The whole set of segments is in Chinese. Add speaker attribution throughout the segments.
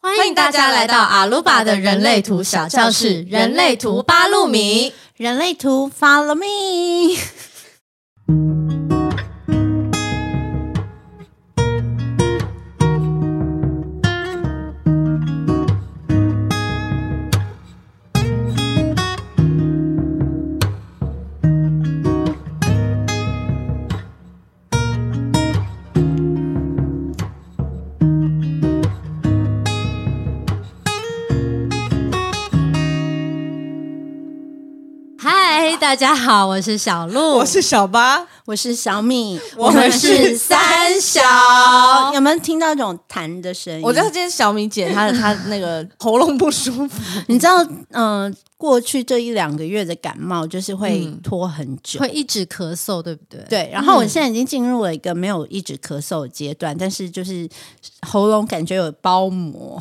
Speaker 1: 欢迎大家来到阿鲁巴的人类图小教室，人类图八路米。
Speaker 2: 人类图 Follow me。
Speaker 1: 嗨，大家好，我是小鹿，
Speaker 3: 我是小八，
Speaker 2: 我是小米，
Speaker 3: 我们是
Speaker 1: 三小
Speaker 2: 有没有听到一种痰的声音？
Speaker 3: 我知道今天小米姐她的她那个喉咙不舒服，
Speaker 2: 你知道，嗯、过去这一两个月的感冒就是会
Speaker 3: 嗯
Speaker 2: 拖很久。
Speaker 1: 会一直咳嗽，对不对？，
Speaker 2: 对，然后我现在已经进入了一个没有一直咳嗽的阶段，但是就是喉咙感觉有包膜，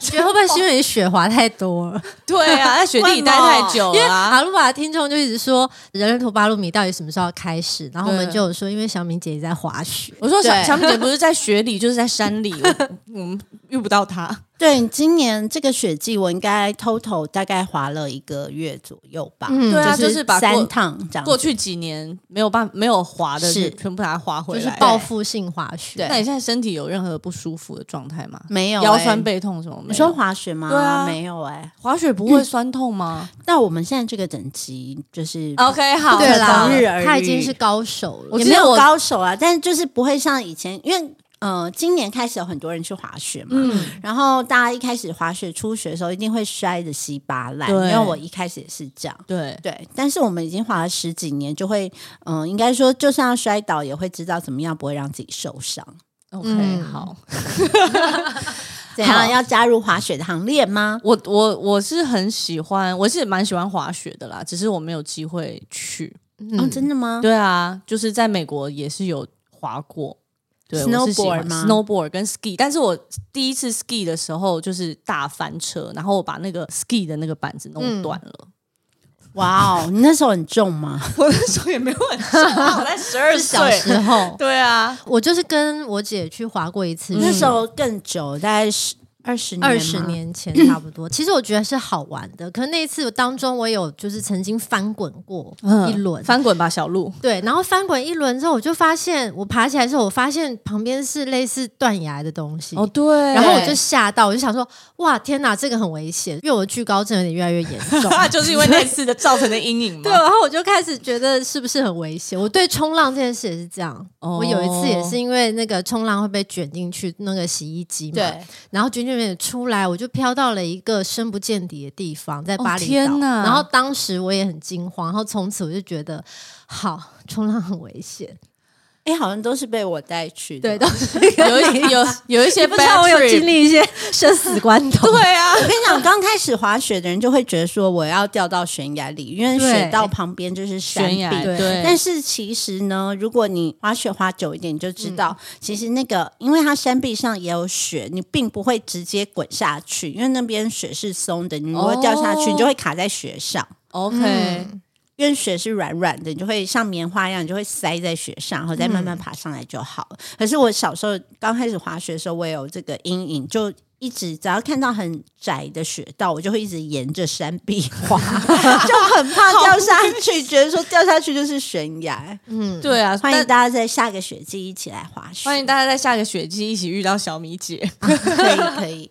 Speaker 1: 觉得会不会是因为你雪滑太多了？
Speaker 3: 对 啊，在雪地里待太久
Speaker 1: 因为
Speaker 3: 了啊、
Speaker 1: 阿鲁巴的听众就一直说人类图八路米到底什么时候要开始，然后我们
Speaker 3: 对
Speaker 1: 就有说，因为小敏姐也在滑雪。
Speaker 3: 我说小
Speaker 2: 对
Speaker 3: 小米姐不是在雪里，就是在山里， 我我们遇不到她。
Speaker 2: 对，今年这个雪季我应该 total 大概滑了一个月左右吧，
Speaker 1: 嗯
Speaker 3: 对啊，
Speaker 2: 就
Speaker 3: 就是把
Speaker 2: 三
Speaker 3: 过
Speaker 2: 趟这样子。
Speaker 3: 过去几年没有办没有滑的，
Speaker 2: 是
Speaker 3: 全部把它滑
Speaker 1: 就
Speaker 3: 回
Speaker 1: 是
Speaker 3: 来。
Speaker 1: 报复性滑雪，
Speaker 3: 那你现在身体有任何不舒服的状态吗？
Speaker 2: 没有、
Speaker 3: 腰
Speaker 2: 欸
Speaker 3: 酸背痛什么没有？
Speaker 2: 你说滑雪吗？
Speaker 3: 对啊
Speaker 2: 没有哎、
Speaker 3: 滑雪不会酸痛吗
Speaker 2: 那我们现在这个等级就是
Speaker 3: 嗯？OK，好
Speaker 1: 对啦
Speaker 2: 不可
Speaker 3: 嗯
Speaker 2: 同日而，语
Speaker 1: 他已经是高手
Speaker 3: 哦
Speaker 1: 了
Speaker 3: 我。
Speaker 2: 也
Speaker 3: 记
Speaker 2: 没
Speaker 3: 得
Speaker 2: 有
Speaker 3: 我
Speaker 2: 高手啊，但是就是不会像以前，因为呃，今年开始有很多人去滑雪嘛，
Speaker 3: 嗯，
Speaker 2: 然后大家一开始滑雪初学的时候一定会摔的稀巴烂，因
Speaker 3: 对
Speaker 2: 为我一开始也是这样。
Speaker 3: 对，
Speaker 2: 对，但是我们已经滑了十几年，就会，嗯、应该说，就算要摔倒，也会知道怎么样不会让自己受伤。
Speaker 3: OK，、
Speaker 1: 嗯
Speaker 3: 好，
Speaker 2: 怎样
Speaker 3: 好
Speaker 2: 要加入滑雪的行列吗？
Speaker 3: 我我我是很喜欢，我是蛮喜欢滑雪的啦，只是我没有机会去。
Speaker 1: 嗯
Speaker 2: 哦，真的吗？
Speaker 3: 对啊，就是在美国也是有滑过。对我是喜欢
Speaker 2: Snowboard 吗
Speaker 3: Snowboard 跟 ski，但是我第一次 ski 的时候就是大翻车，然后我把那个 ski 的那个板子
Speaker 1: 嗯
Speaker 3: 弄断了。
Speaker 2: 哇哦，你那时候很重吗？
Speaker 3: 我那时候也没有很瘦啊，我在十二
Speaker 1: 是小时候，
Speaker 3: 对啊，
Speaker 1: 我就是跟我姐去滑过一次雪，
Speaker 2: 那时候更久，大概十二十年，
Speaker 1: 嗯二十。年前差不多。其实我觉得是好玩的，可是那一次当中，我有就是曾经翻滚过一轮。
Speaker 3: 翻滚吧，小鹿。
Speaker 1: 对，然后翻滚一轮之后，我就发现我爬起来之后，我发现旁边是类似断崖的东西，
Speaker 3: 哦，对，
Speaker 1: 然后 我就吓到，我就想说，哇，天哪，这个很危险，因为我的惧高症有点越来越严重。
Speaker 3: 就是因为那次的造成的阴影嘛。
Speaker 1: 对，啊然后我就开始觉得是不是很危险？我对冲浪这件事也是这样。
Speaker 3: 哦
Speaker 1: 我有一次也是因为那个冲浪会被卷进去那个洗衣机嘛，
Speaker 2: 对，
Speaker 1: 然后卷卷卷出来，我就飘到了一个深不见底的地方，在巴厘岛。
Speaker 3: 哦天哪
Speaker 1: 然后当时我也很惊慌，然后从此我就觉得，好，冲浪很危险。
Speaker 2: 哎、好像都是被我带去的。
Speaker 1: 对，都是
Speaker 3: 有一有有一 些
Speaker 1: 不知道我有
Speaker 3: bad trip
Speaker 1: 经历一些生死关 头。
Speaker 3: 对啊，
Speaker 2: 我跟你讲，刚开始滑雪的人就会觉得说我要掉到悬崖里，因为
Speaker 1: 对
Speaker 2: 雪道旁边就是山
Speaker 3: 悬
Speaker 2: 壁。
Speaker 3: 崖
Speaker 1: 对
Speaker 3: 对，
Speaker 2: 但是其实呢，如果你滑雪滑久一点，你就知道，
Speaker 1: 嗯
Speaker 2: 其实那个因为它山壁上也有雪，你并不会直接滚下去，因为那边雪是松的，你如果掉下去，
Speaker 3: 哦
Speaker 2: 你就会卡在雪上。
Speaker 3: OK，
Speaker 1: 嗯，
Speaker 2: 因为雪是软软的，你就会像棉花一样，你就会塞在雪上，然后再慢慢爬上来就好了。可是我小时候刚开始滑雪的时候，我也有这个阴影，就一直只要看到很窄的雪道，我就会一直沿着山壁 滑，就很怕掉下去，觉得说掉下去就是悬崖。
Speaker 1: 嗯，
Speaker 3: 对啊，
Speaker 2: 欢
Speaker 3: 但
Speaker 2: 迎大家在下个雪季一起来滑雪，
Speaker 3: 欢迎大家在下个雪季一起遇到小米姐。
Speaker 2: 可以可以。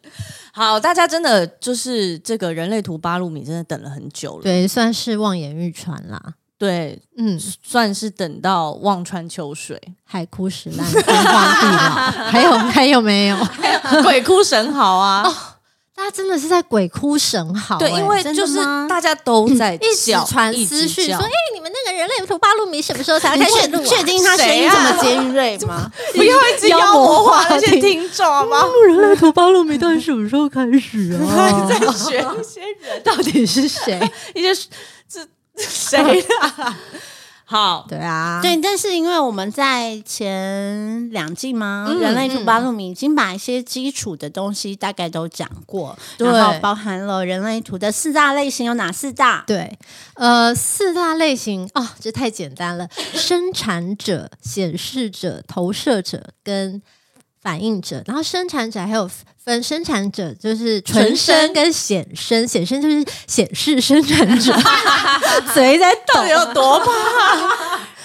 Speaker 3: 好，大家真的就是这个人类图八路米真的等了很久了，
Speaker 1: 对，算是望眼欲穿啦。
Speaker 3: 对，
Speaker 1: 嗯，
Speaker 3: 算是等到望穿秋水，
Speaker 1: 海枯石烂，天荒地老。还有 还有没有？
Speaker 3: 鬼哭神嚎啊！
Speaker 1: 大家真的是在鬼哭神 嚎、
Speaker 3: 对，
Speaker 1: 欸
Speaker 3: 因为
Speaker 2: 真的
Speaker 3: 就是
Speaker 2: 吗
Speaker 3: 大家都在
Speaker 1: 一直
Speaker 3: 叫
Speaker 1: 传
Speaker 3: 一
Speaker 1: 私
Speaker 3: 直
Speaker 1: 讯
Speaker 3: 叫
Speaker 1: 说，哎、你们那个人类图八路米什么时候才要开始录、啊？
Speaker 2: 确定他声音
Speaker 3: 谁啊
Speaker 2: 这么尖锐吗？
Speaker 3: 不要一直
Speaker 1: 妖
Speaker 3: 妖
Speaker 1: 魔
Speaker 3: 魔化
Speaker 1: 化
Speaker 3: 那些
Speaker 1: 听
Speaker 3: 听众好吗？
Speaker 1: 人类图八路米到底什么时候开始 啊？
Speaker 3: 在学一些人，
Speaker 1: 到底是谁？
Speaker 3: 一些这 谁啊？ 好，
Speaker 1: 对啊，
Speaker 2: 对，但是因为我们在前两季吗？
Speaker 3: 嗯
Speaker 2: 人类图八路米已经把一些基础的东西大概都讲过，
Speaker 3: 对
Speaker 2: 然后包含了人类图的四大类型有哪四大？
Speaker 1: 对，呃，四大类型哦，这太简单了，生产者、显示者、投射者跟反应者，然后生产者还有分生产者，就是
Speaker 3: 纯
Speaker 1: 纯生
Speaker 3: 生
Speaker 1: 跟显生，显生就是显示生产者， 嘴在动
Speaker 3: 到底有多怕？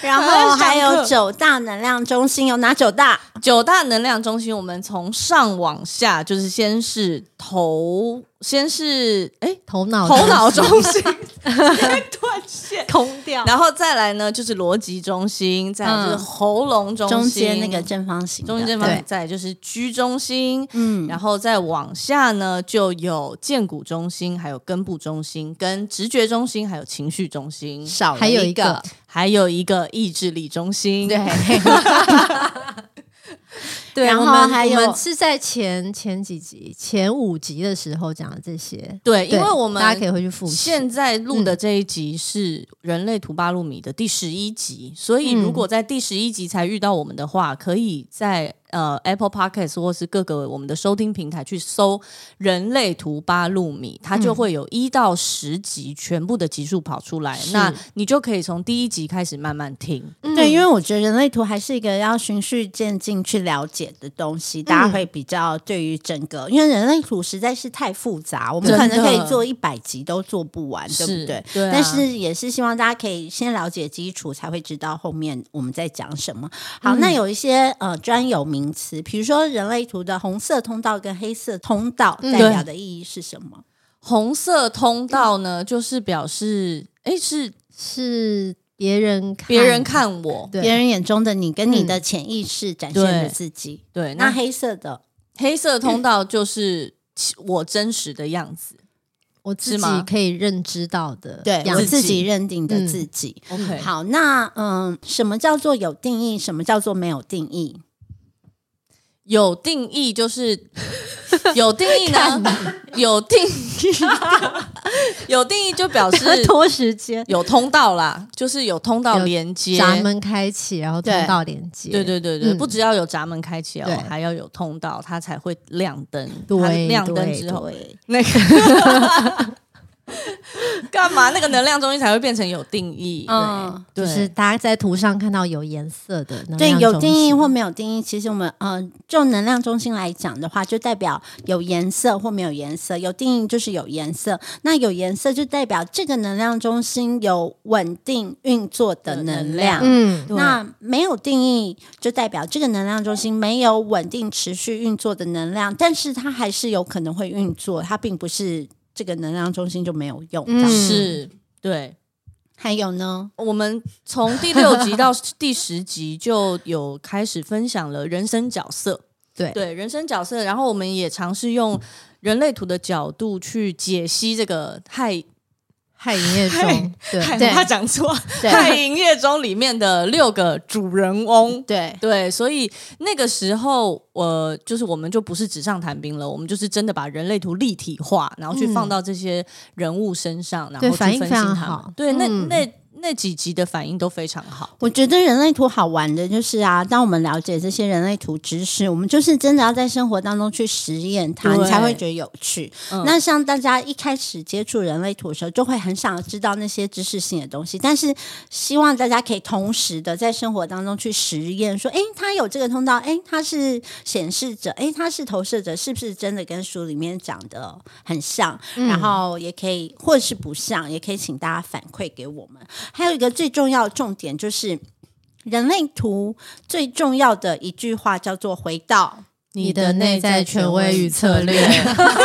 Speaker 2: 然后还有九大能量中心，有哪九大？
Speaker 3: 九大能量中心，我们从上往下，就是先是头，先是哎、
Speaker 1: 头脑
Speaker 3: 头脑中 心，断线。
Speaker 1: 空掉，
Speaker 3: 然后再来呢，就是逻辑中心，再来就是喉咙中心，
Speaker 2: 嗯中间那个正方形的，
Speaker 3: 中间这方
Speaker 1: 对
Speaker 3: 面，再来就是居中心，
Speaker 2: 嗯，
Speaker 3: 然后再往下呢，就有荐骨中心，还有根部中心，跟直觉中心，还有情绪中心，
Speaker 2: 少了
Speaker 1: 还有一
Speaker 2: 一
Speaker 1: 个，
Speaker 3: 还有一个意志力中心。
Speaker 1: 对对，
Speaker 2: 然
Speaker 1: 我
Speaker 2: 后
Speaker 1: 们
Speaker 2: 还
Speaker 1: 我
Speaker 2: 有
Speaker 1: 们是在前前几集、前五集的时候讲的这些，
Speaker 3: 对，因
Speaker 1: 对
Speaker 3: 为我们
Speaker 1: 大家可以回去复习。
Speaker 3: 现在录
Speaker 2: 嗯
Speaker 3: 的这一集是人类图巴路米的第十一集，所
Speaker 2: 嗯
Speaker 3: 以如果在第十一集才遇到我们的话，可以在呃 Apple Podcast 或是各个我们的收听平台去搜“人类图巴路米”，它
Speaker 2: 嗯
Speaker 3: 就会有一到十集全部的集数跑出来，
Speaker 1: 是
Speaker 3: 那你就可以从第一集开始慢慢听。
Speaker 2: 对，因
Speaker 1: 为
Speaker 2: 为我觉得人类图还是一个要循序渐进去了解的东西，大
Speaker 3: 嗯
Speaker 2: 家会比较对于整个，因为人类图实在是太复杂，我们
Speaker 3: 真
Speaker 2: 可
Speaker 3: 的
Speaker 2: 能可以做一百集都做不完，嗯对不
Speaker 3: 是
Speaker 2: 对？
Speaker 3: 对啊
Speaker 2: 但是也是希望大家可以先了解基础，才会知道后面我们在讲什么。好，那有一些呃专有名词，比如说人类图的红色通道跟黑色通道代
Speaker 3: 对
Speaker 2: 表的意义是什么？
Speaker 3: 红色通道呢，就是表示，诶，是
Speaker 1: 是别人看
Speaker 3: 别人看我，
Speaker 1: 对
Speaker 2: 别人眼中的你跟你的潜意识展现的
Speaker 3: 对
Speaker 2: 自己。
Speaker 3: 对，
Speaker 2: 那
Speaker 3: 那
Speaker 2: 黑色的
Speaker 3: 黑色通道就是我真实的样子。
Speaker 1: 我自
Speaker 3: 是
Speaker 1: 己
Speaker 3: 吗
Speaker 1: 可以认知到的
Speaker 2: 对
Speaker 1: 样
Speaker 2: 我
Speaker 1: 子，
Speaker 2: 自
Speaker 3: 自
Speaker 2: 己
Speaker 3: 己
Speaker 2: 认定的
Speaker 1: 嗯
Speaker 2: 自己。
Speaker 3: OK，
Speaker 2: 好，那嗯，什么叫做有定义？什么叫做没有定义？
Speaker 3: 有定义就是 有定义呢，有定义， 有定义就表示
Speaker 1: 拖时间，
Speaker 3: 有通道啦，就是有通道连接。
Speaker 1: 闸门开启，然后
Speaker 2: 对
Speaker 1: 通道连接，
Speaker 3: 对对对对，
Speaker 1: 嗯
Speaker 3: 不只要有闸门开启
Speaker 1: 对
Speaker 3: 哦，还要有通道，它才会亮灯。
Speaker 1: 对
Speaker 3: 它亮灯
Speaker 1: 对
Speaker 3: 之后，
Speaker 2: 对，
Speaker 3: 那个干嘛？那个能量中心才会变成有定义。
Speaker 2: 嗯
Speaker 3: 对，
Speaker 1: 就是大家在图上看到有颜色的能量
Speaker 2: 对，有
Speaker 1: 中
Speaker 2: 定义
Speaker 1: 心
Speaker 2: 或没有定义，其实我们呃，就能量中心来讲的话，就代表有颜色或没有颜色。有定义就是有颜色，那有颜色就代表这个能量中心有稳定运作的
Speaker 3: 的
Speaker 2: 能
Speaker 3: 能
Speaker 2: 量。
Speaker 3: 量
Speaker 1: 嗯，
Speaker 3: 对
Speaker 2: 那没有定义，就代表这个能量中心没有稳定持续运作的能量，但是它还是有可能会运作，它并不是这个能量中心就没有用。这样
Speaker 1: 嗯
Speaker 3: 是，对。
Speaker 2: 还有呢，
Speaker 3: 我们从第六集到第十集就有开始分享了人生角色，
Speaker 1: 对
Speaker 3: 对人生角色，然后我们也尝试用人类图的角度去解析这个害
Speaker 1: 害营业中，对
Speaker 3: 害
Speaker 2: 对
Speaker 3: 他讲错
Speaker 2: 对
Speaker 3: 害营业中里面的六个主人翁。
Speaker 2: 对，
Speaker 3: 对，所以那个时候，呃，就是我们就不是纸上谈兵了，我们就是真的把人类图立体化，然后去放到这些人物身上，然
Speaker 1: 嗯对
Speaker 3: 后去
Speaker 1: 反应
Speaker 3: 分
Speaker 1: 非常
Speaker 3: 析他们
Speaker 1: 好
Speaker 3: 对，那、
Speaker 1: 嗯
Speaker 3: 那那几集的反应都非常好。
Speaker 2: 我觉得人类图好玩的就是啊，当我们了解这些人类图知识，我们就是真的要在生活当中去实验它，
Speaker 3: 对
Speaker 2: 你才会觉得有趣。
Speaker 3: 嗯
Speaker 2: 那像大家一开始接触人类图的时候，就会很想知道那些知识性的东西，但是希望大家可以同时的在生活当中去实验，说，诶，它有这个通道，诶，它是显示者，诶，它是投射者，是不是真的跟书里面讲的很像？
Speaker 3: 嗯
Speaker 2: 然后也可以，或是不像，也可以请大家反馈给我们。还有一个最重要的重点就是。人类图最重要的一句话叫做“回到
Speaker 1: 你的内在权威与策略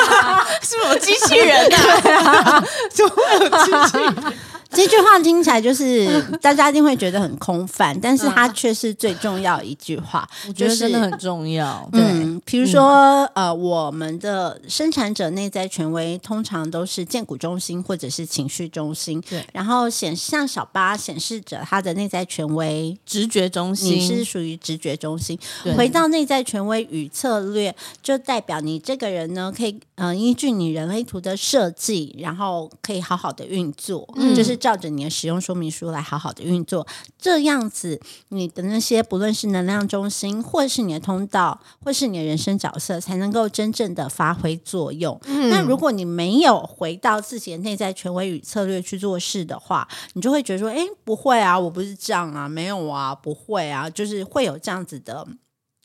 Speaker 3: 是我机器人啊，怎么会有机器人？”。
Speaker 2: 这句话听起来就是大家一定会觉得很空泛，但是它却是最重要的一句话。
Speaker 3: 我
Speaker 2: 觉
Speaker 3: 觉
Speaker 2: 得
Speaker 3: 得
Speaker 2: 真
Speaker 3: 真
Speaker 2: 的
Speaker 3: 的
Speaker 2: 很
Speaker 3: 很重要。
Speaker 2: 嗯，比如说、
Speaker 1: 嗯
Speaker 2: 呃，我们的生产者内在权威通常都是建骨中心或者是情绪中心。
Speaker 1: 对，
Speaker 2: 然后显像小八显示者他的内在权威
Speaker 3: 直觉中心，
Speaker 2: 你是属于直觉中心，
Speaker 3: 对
Speaker 2: 回到内在权威与策略，就代表你这个人呢，可以呃依据你人类图的设计，然后可以好好的运作，
Speaker 1: 嗯
Speaker 2: 就是照着你的使用说明书来好好的运作。这样子，你的那些不论是能量中心，或是你的通道，或是你的人生角色，才能够真正的发挥作用。那如果你没有回到自己的内在权威与策略去做事的话，你就会觉得说，诶，不会啊，我不是这样啊，没有啊，不会啊，就是会有这样子的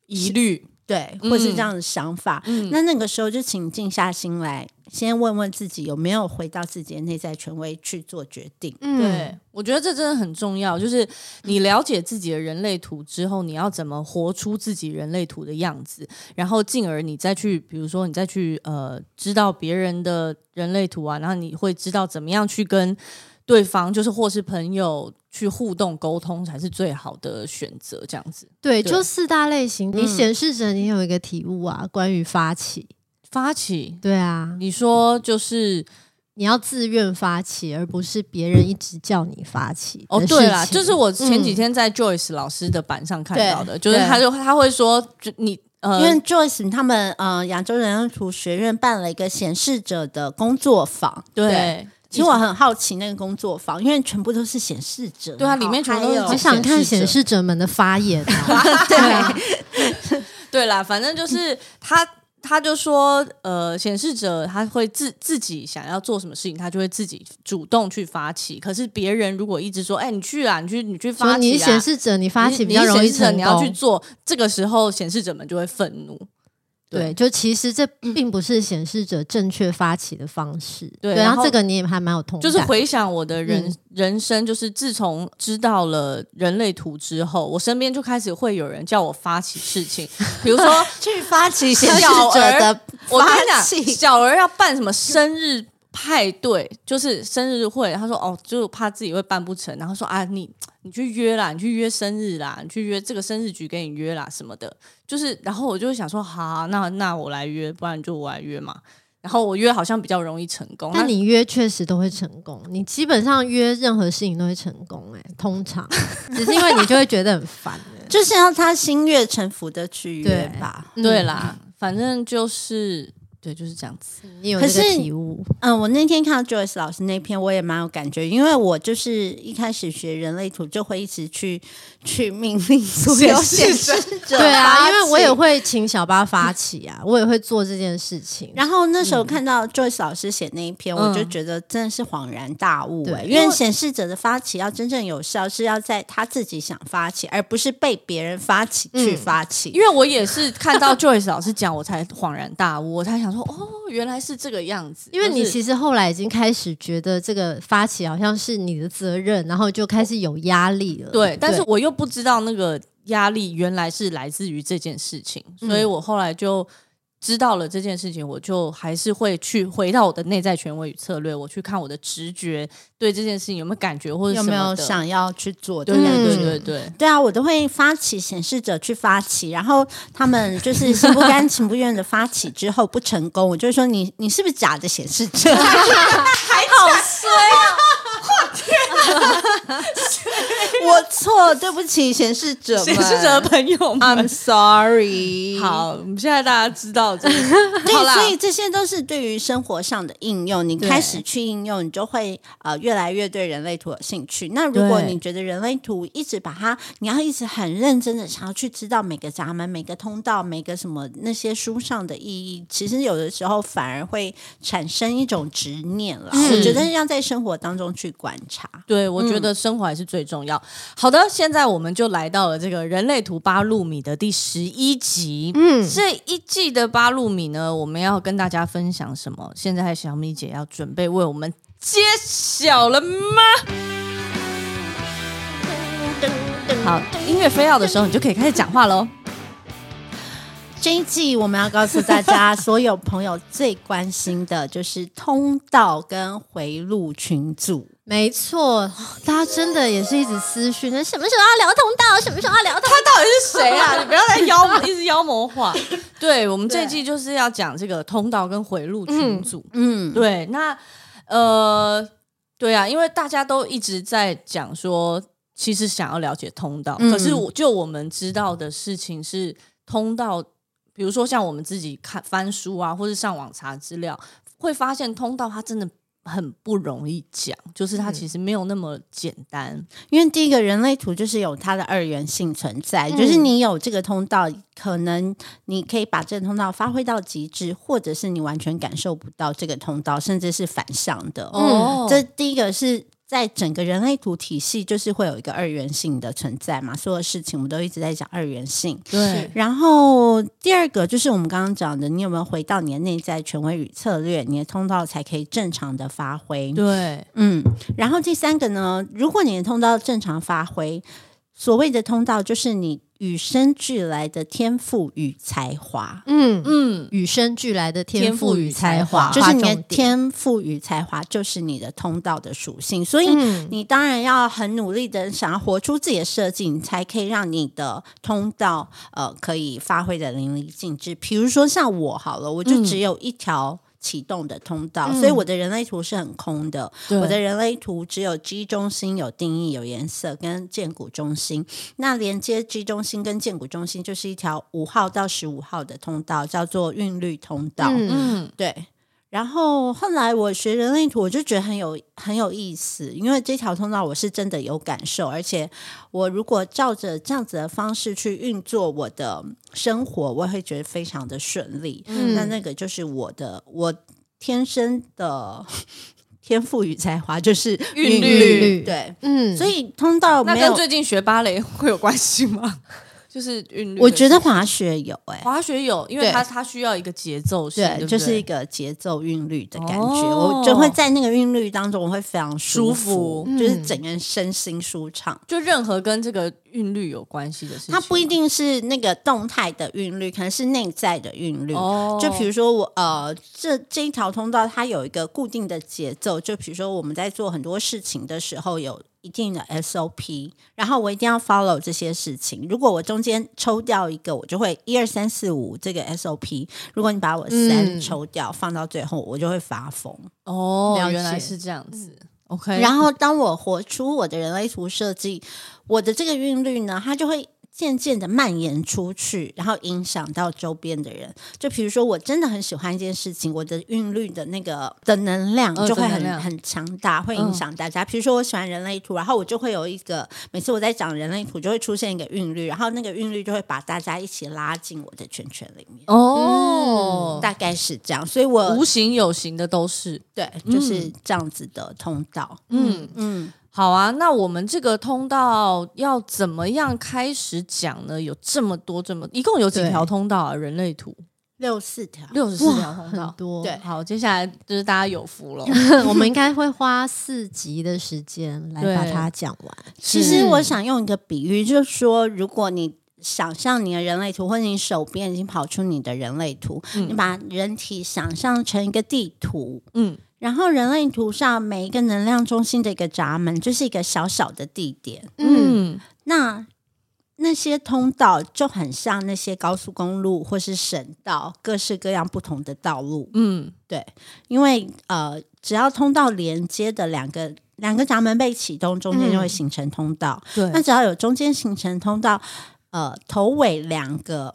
Speaker 3: 疑虑，
Speaker 2: 对，或是这样的想法。
Speaker 3: 嗯
Speaker 2: 那那个时候就请静下心来，先问问自己有没有回到自己的内在权威去做决定。
Speaker 1: 嗯，
Speaker 3: 对，我觉得这真的很重要。就是你了解自己的人类图之后，你要怎么活出自己人类图的样子，然后进而你再去，比如说你再去呃，知道别人的人类图啊，然后你会知道怎么样去跟对方，就是或是朋友去互动沟通，才是最好的选择。这样子
Speaker 1: 对，
Speaker 3: 对
Speaker 1: 就四大类型，你显示者你有一个体悟啊，关于发起，
Speaker 3: 发起，
Speaker 1: 对啊，
Speaker 3: 你说就是
Speaker 1: 你要自愿发起，而不是别人一直叫你发起的
Speaker 3: 哦，
Speaker 1: 事情。
Speaker 3: 对啦，就是我前几
Speaker 1: 嗯
Speaker 3: 天在 Joyce 老师的版上看
Speaker 2: 对
Speaker 3: 到的，就是
Speaker 2: 对
Speaker 3: 他就他会说，就你呃，
Speaker 2: 因为 Joyce 他们呃亚洲人类图学院办了一个显示者的工作坊，
Speaker 3: 对。
Speaker 2: 其实我很好奇那个工作坊，因为全部都是显示者，
Speaker 3: 对啊里面全部都是
Speaker 2: 好嗨哦
Speaker 1: 很想看显示者们的发言、 啊，对啊，
Speaker 3: 对啦，反正就是他，他就说，呃，显示者他会自自己想要做什么事情，他就会自己主动去发起。可是别人如果一直说，哎、你去啊，你去，你去发
Speaker 1: 说
Speaker 3: 起
Speaker 1: 你
Speaker 3: 啊，
Speaker 1: 显示者你发起
Speaker 3: 你
Speaker 1: 比较容
Speaker 3: 你
Speaker 1: 易
Speaker 3: 显示者
Speaker 1: 成
Speaker 3: 你要去
Speaker 1: 功。
Speaker 3: 做，这个时候显示者们就会愤怒。
Speaker 1: 对，就其实这并不是显示者正确发起的方式。
Speaker 3: 对
Speaker 1: 然
Speaker 3: 然
Speaker 1: 后
Speaker 3: 后
Speaker 1: 这个你也还蛮有同感，
Speaker 3: 就是回想我的人、
Speaker 1: 嗯
Speaker 3: 人生，就是自从知道了人类图之后，我身边就开始会有人叫我发起事 情，比如说
Speaker 2: 去发起显示
Speaker 3: 小
Speaker 2: 者
Speaker 3: 儿
Speaker 2: 的，
Speaker 3: 我跟你讲，
Speaker 2: 气
Speaker 3: 小儿要办什么生日派对，就是生日会。他说哦，就怕自己会办不成，然后说啊，你你去约啦，你去约生日啦，你去约这个生日局给你约啦什么的。就是，然后我就会想说，好、那那我来约，不然就我来约嘛。然后我约好像比较容易成功，
Speaker 1: 但你约确实都会成功，你基本上约任何事情都会成功、哎，通常只是因为你就会觉得很烦、哎
Speaker 2: 就是要他心悦诚服的去约
Speaker 1: 对嗯
Speaker 2: 吧。
Speaker 3: 那对，啦，反正就是对，就是这样子。
Speaker 1: 嗯你有这
Speaker 2: 可
Speaker 1: 个
Speaker 2: 是
Speaker 1: 体悟，
Speaker 2: 嗯，我那天看到 Joyce 老师那篇，我也蛮有感觉，因为我就是一开始学人类图，就会一直去去命令所有显示者，
Speaker 1: 对啊，因为我也。会请小巴发起啊，我也会做这件 事情。
Speaker 2: 然后那时候看到 Joyce 老师写那一篇，我就
Speaker 3: 嗯
Speaker 2: 觉得真的是恍然大悟、
Speaker 1: 对
Speaker 2: 欸，
Speaker 1: 因
Speaker 2: 因为
Speaker 1: 为
Speaker 2: 显示者的发起要真正有效，是要在他自己想发起，而不是被别人发起去
Speaker 1: 嗯
Speaker 2: 发起。
Speaker 3: 因为我也是看到 Joyce 老师讲，我才恍然大悟，我才想说，哦，原来是这个样子。
Speaker 1: 因为你
Speaker 3: 就是
Speaker 1: 其实后来已经开始觉得这个发起好像是你的责任，然后就开始有压力了。
Speaker 3: 对，但是我又不知道那个压力原来是来自于这件事情，所以我后来就知道了这件事情，我就还是会去回到我的内在权威与策略，我去看我的直觉对这件事情有没有感觉或者
Speaker 2: 有
Speaker 3: 什
Speaker 2: 没
Speaker 3: 么
Speaker 2: 有
Speaker 3: 的？
Speaker 2: 想要去做的
Speaker 3: 对
Speaker 2: 感觉？
Speaker 3: 对对
Speaker 1: 嗯
Speaker 3: 对对，
Speaker 2: 对啊，我都会发起显示者去发起，然后他们就是心不甘情不愿的发起之后不成功，我就会说你你是不是假的显示者？
Speaker 3: 还好衰啊！
Speaker 2: 我错，对不起，显示者们，
Speaker 3: 显示者的朋友
Speaker 2: ，I'm
Speaker 3: 们，
Speaker 2: sorry。
Speaker 3: 好，我们现在大家知道 这个，好
Speaker 2: 对，
Speaker 3: 啦
Speaker 2: 所以这些都是对于生活上的应用。你开始去应用，你就会呃越来越对人类图有兴趣。那如果
Speaker 3: 对
Speaker 2: 你觉得人类图一直把它，你要一直很认真的想要去知道每个闸门、每个通道、每个什么那些书上的意义，其实有的时候反而会产生一种执念了。
Speaker 3: 嗯
Speaker 1: 是
Speaker 2: 我觉得要在生活当中去观察。
Speaker 3: 对，我觉得生活还是最重要。好的，现在我们就来到了这个人类图八路米的第十一集。嗯，这一季的八路米呢，我们要跟大家分享什么？现在小米姐要准备为我们揭晓 了吗？好，音乐飞到的时候，你就可以开始讲话喽。
Speaker 2: 这一季我们要告诉大家，所有朋友最关心的就是通道跟回路群组。
Speaker 1: 没错，大家真的也是一直私讯，那什么时候要聊通道？什么时候要聊通道？
Speaker 3: 到底是谁 啊？你不要再妖一直妖魔化。 对我们这一季就是要讲这个通道跟回路群组。
Speaker 2: 嗯，
Speaker 3: 对，那呃，对啊，因为大家都一直在讲说，其实想要了解通道，
Speaker 2: 嗯
Speaker 3: 可是我就我们知道的事情是，通道，比如说像我们自己看翻书啊，或是上网查资料，会发现通道它真的。很不容易讲，就是它其实没有那么简单。
Speaker 2: 因为第一个人类图就是有它的二元性存在，就是你有这个通道，可能你可以把这个通道发挥到极致，或者是你完全感受不到这个通道，甚至是反向的。
Speaker 3: 哦
Speaker 2: 这第一个是在整个人类图体系，就是会有一个二元性的存在嘛，所有事情我们都一直在讲二元性。
Speaker 3: 对，
Speaker 2: 然后第二个就是我们刚刚讲的，你有没有回到你的内在权威与策略，你的通道才可以正常的发挥。
Speaker 3: 对，
Speaker 2: 嗯，然后第三个呢，如果你的通道正常发挥，所谓的通道就是你与生俱来的天赋与才华。
Speaker 1: 嗯，
Speaker 3: 嗯，
Speaker 1: 与生俱来的天
Speaker 3: 天
Speaker 1: 赋
Speaker 3: 赋
Speaker 1: 与
Speaker 3: 与
Speaker 1: 才
Speaker 3: 才
Speaker 1: 华，
Speaker 3: 华
Speaker 2: 就是你
Speaker 1: 划
Speaker 2: 的
Speaker 1: 重点，
Speaker 2: 天赋与才华，就是你的通道的属性，所以
Speaker 1: 嗯
Speaker 2: 你当然要很努力的想要活出自己的设计，你才可以让你的通道呃可以发挥的淋漓尽致。比如说像我好了，我就
Speaker 3: 嗯
Speaker 2: 只有一条启动的通道，
Speaker 1: 嗯
Speaker 2: 所以我的人类图是很空的。
Speaker 3: 对
Speaker 2: 我的人类图只有 G 中心有定义、有颜色跟建骨中心。那连接 G 中心跟建骨中心就是一条五号到十五号的通道，叫做韵律通道。
Speaker 1: 嗯
Speaker 3: 嗯，
Speaker 2: 对。然后后来我学人类图，我就觉得很有很有意思，因为这条通道我是真的有感受，而且我如果照着这样子的方式去运作我的生活，我会觉得非常的顺利。
Speaker 1: 嗯
Speaker 2: 那那个就是我的我天生的 天赋与才华，就是
Speaker 3: 韵律
Speaker 1: 律
Speaker 2: 对，
Speaker 1: 嗯，
Speaker 2: 所以通道
Speaker 3: 那
Speaker 2: 没
Speaker 3: 跟
Speaker 2: 有，
Speaker 3: 最近学芭蕾会有关系 吗？就是韵律的事情，
Speaker 2: 我觉得滑雪有哎、
Speaker 3: 滑雪有，因为
Speaker 2: 对
Speaker 3: 它它需要一个节奏性，
Speaker 2: 对，
Speaker 3: 对不对，
Speaker 2: 就是一个节奏韵律的感觉，
Speaker 3: 哦
Speaker 2: 我就会在那个韵律当中，我会非常舒服，
Speaker 3: 舒服
Speaker 2: 就是
Speaker 1: 嗯
Speaker 2: 整个人身心舒畅。
Speaker 3: 就任何跟这个韵律有关系的事情，
Speaker 2: 它不一定是那个动态的韵律，可能是内在的韵律。
Speaker 3: 哦，
Speaker 2: 就比如说我呃，这这一条通道它有一个固定的节奏，就比如说我们在做很多事情的时候有一定的 SOP，然后我一定要 follow 这些事情。如果我中间抽掉一个，我就会一二三四五这个 SOP。如果你把我
Speaker 1: 嗯
Speaker 2: 三抽掉、放到最后，我就会发疯。
Speaker 3: 哦
Speaker 1: 了，解
Speaker 3: 原来是这样子，OK，
Speaker 2: 然后当我活出我的人类图设计，我的这个韵律呢，它就会。渐渐的蔓延出去，然后影响到周边的人。就比如说，我真的很喜欢一件事情，我的韵律的那个的能量
Speaker 3: 嗯
Speaker 2: 就会
Speaker 3: 正能
Speaker 2: 很、
Speaker 3: 量嗯
Speaker 2: 很强大，会影响大家。比如说，我喜欢人类图，然后我就会有一个，每次我在讲人类图，就会出现一个韵律，然后那个韵律就会把大家一起拉进我的圈圈里面。
Speaker 3: 哦，
Speaker 2: 大概是这样，所以我
Speaker 3: 无形有形的都是，
Speaker 2: 对就是这样子的通道。
Speaker 3: 嗯。
Speaker 2: 嗯，
Speaker 3: 好啊，那我们这个通道要怎么样开始讲呢？有这么多，这么一共有几条通道啊？人类图
Speaker 2: 六四条，
Speaker 3: 六十四条通
Speaker 1: 很
Speaker 3: 道。
Speaker 1: 多，
Speaker 2: 对
Speaker 3: 好，接下来就是大家有 福了。
Speaker 1: 我们应该会花四集的时间来把
Speaker 3: 对
Speaker 1: 它讲完。
Speaker 2: 其
Speaker 3: 是
Speaker 2: 实我想用一个比喻，就是说，如果你想象你的人类图，或者你手边已经跑出你的人类图，你把人体想象成一个地图，
Speaker 3: 嗯，
Speaker 2: 然后人类图上每一个能量中心的一个闸门，就是一个小小的地点。
Speaker 1: 嗯
Speaker 3: 嗯，
Speaker 2: 那那些通道就很像那些高速公路或是省道，各式各样不同的道路。
Speaker 3: 嗯，
Speaker 2: 对，因为呃，只要通道连接的两个两个闸门被启动，中间就会
Speaker 1: 嗯
Speaker 2: 形成通道。
Speaker 3: 对
Speaker 2: 那，只要有中间形成通道，呃，头尾两个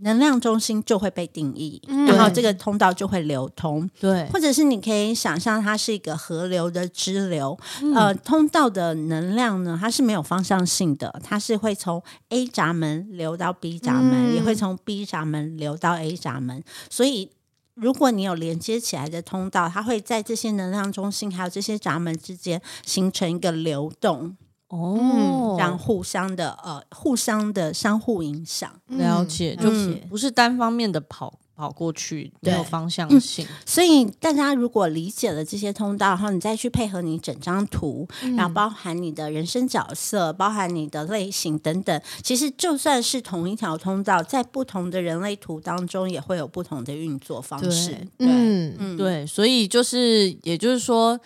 Speaker 2: 能量中心就会被定义，
Speaker 1: 嗯
Speaker 2: 然后
Speaker 1: 对
Speaker 2: 这个通道就会流通，
Speaker 3: 对，
Speaker 2: 或者是你可以想象它是一个河流的支流，
Speaker 3: 嗯
Speaker 2: 呃，通道的能量呢，它是没有方向性的，它是会从 A 闸门流到 B 闸门，
Speaker 1: 嗯
Speaker 2: 也会从 B 闸门流到 A 闸门，所以。如果你有连接起来的通道，它会在这些能量中心还有这些闸门之间形成一个流动，
Speaker 3: 哦，
Speaker 2: 让互相的呃互相的相互影响。
Speaker 3: 了解，就
Speaker 2: 嗯
Speaker 3: 不是单方面的跑跑过去，没有
Speaker 2: 对
Speaker 3: 方向性。
Speaker 2: 所以大家如果理解了这些通道，然后你再去配合你整张图，然后包含你的人生角色，包含你的类型等等，其实就算是同一条通道，在不同的人类图当中也会有不同的运作方式
Speaker 1: 对。，，嗯，
Speaker 2: 嗯，
Speaker 3: 对，所以就是，也就是说，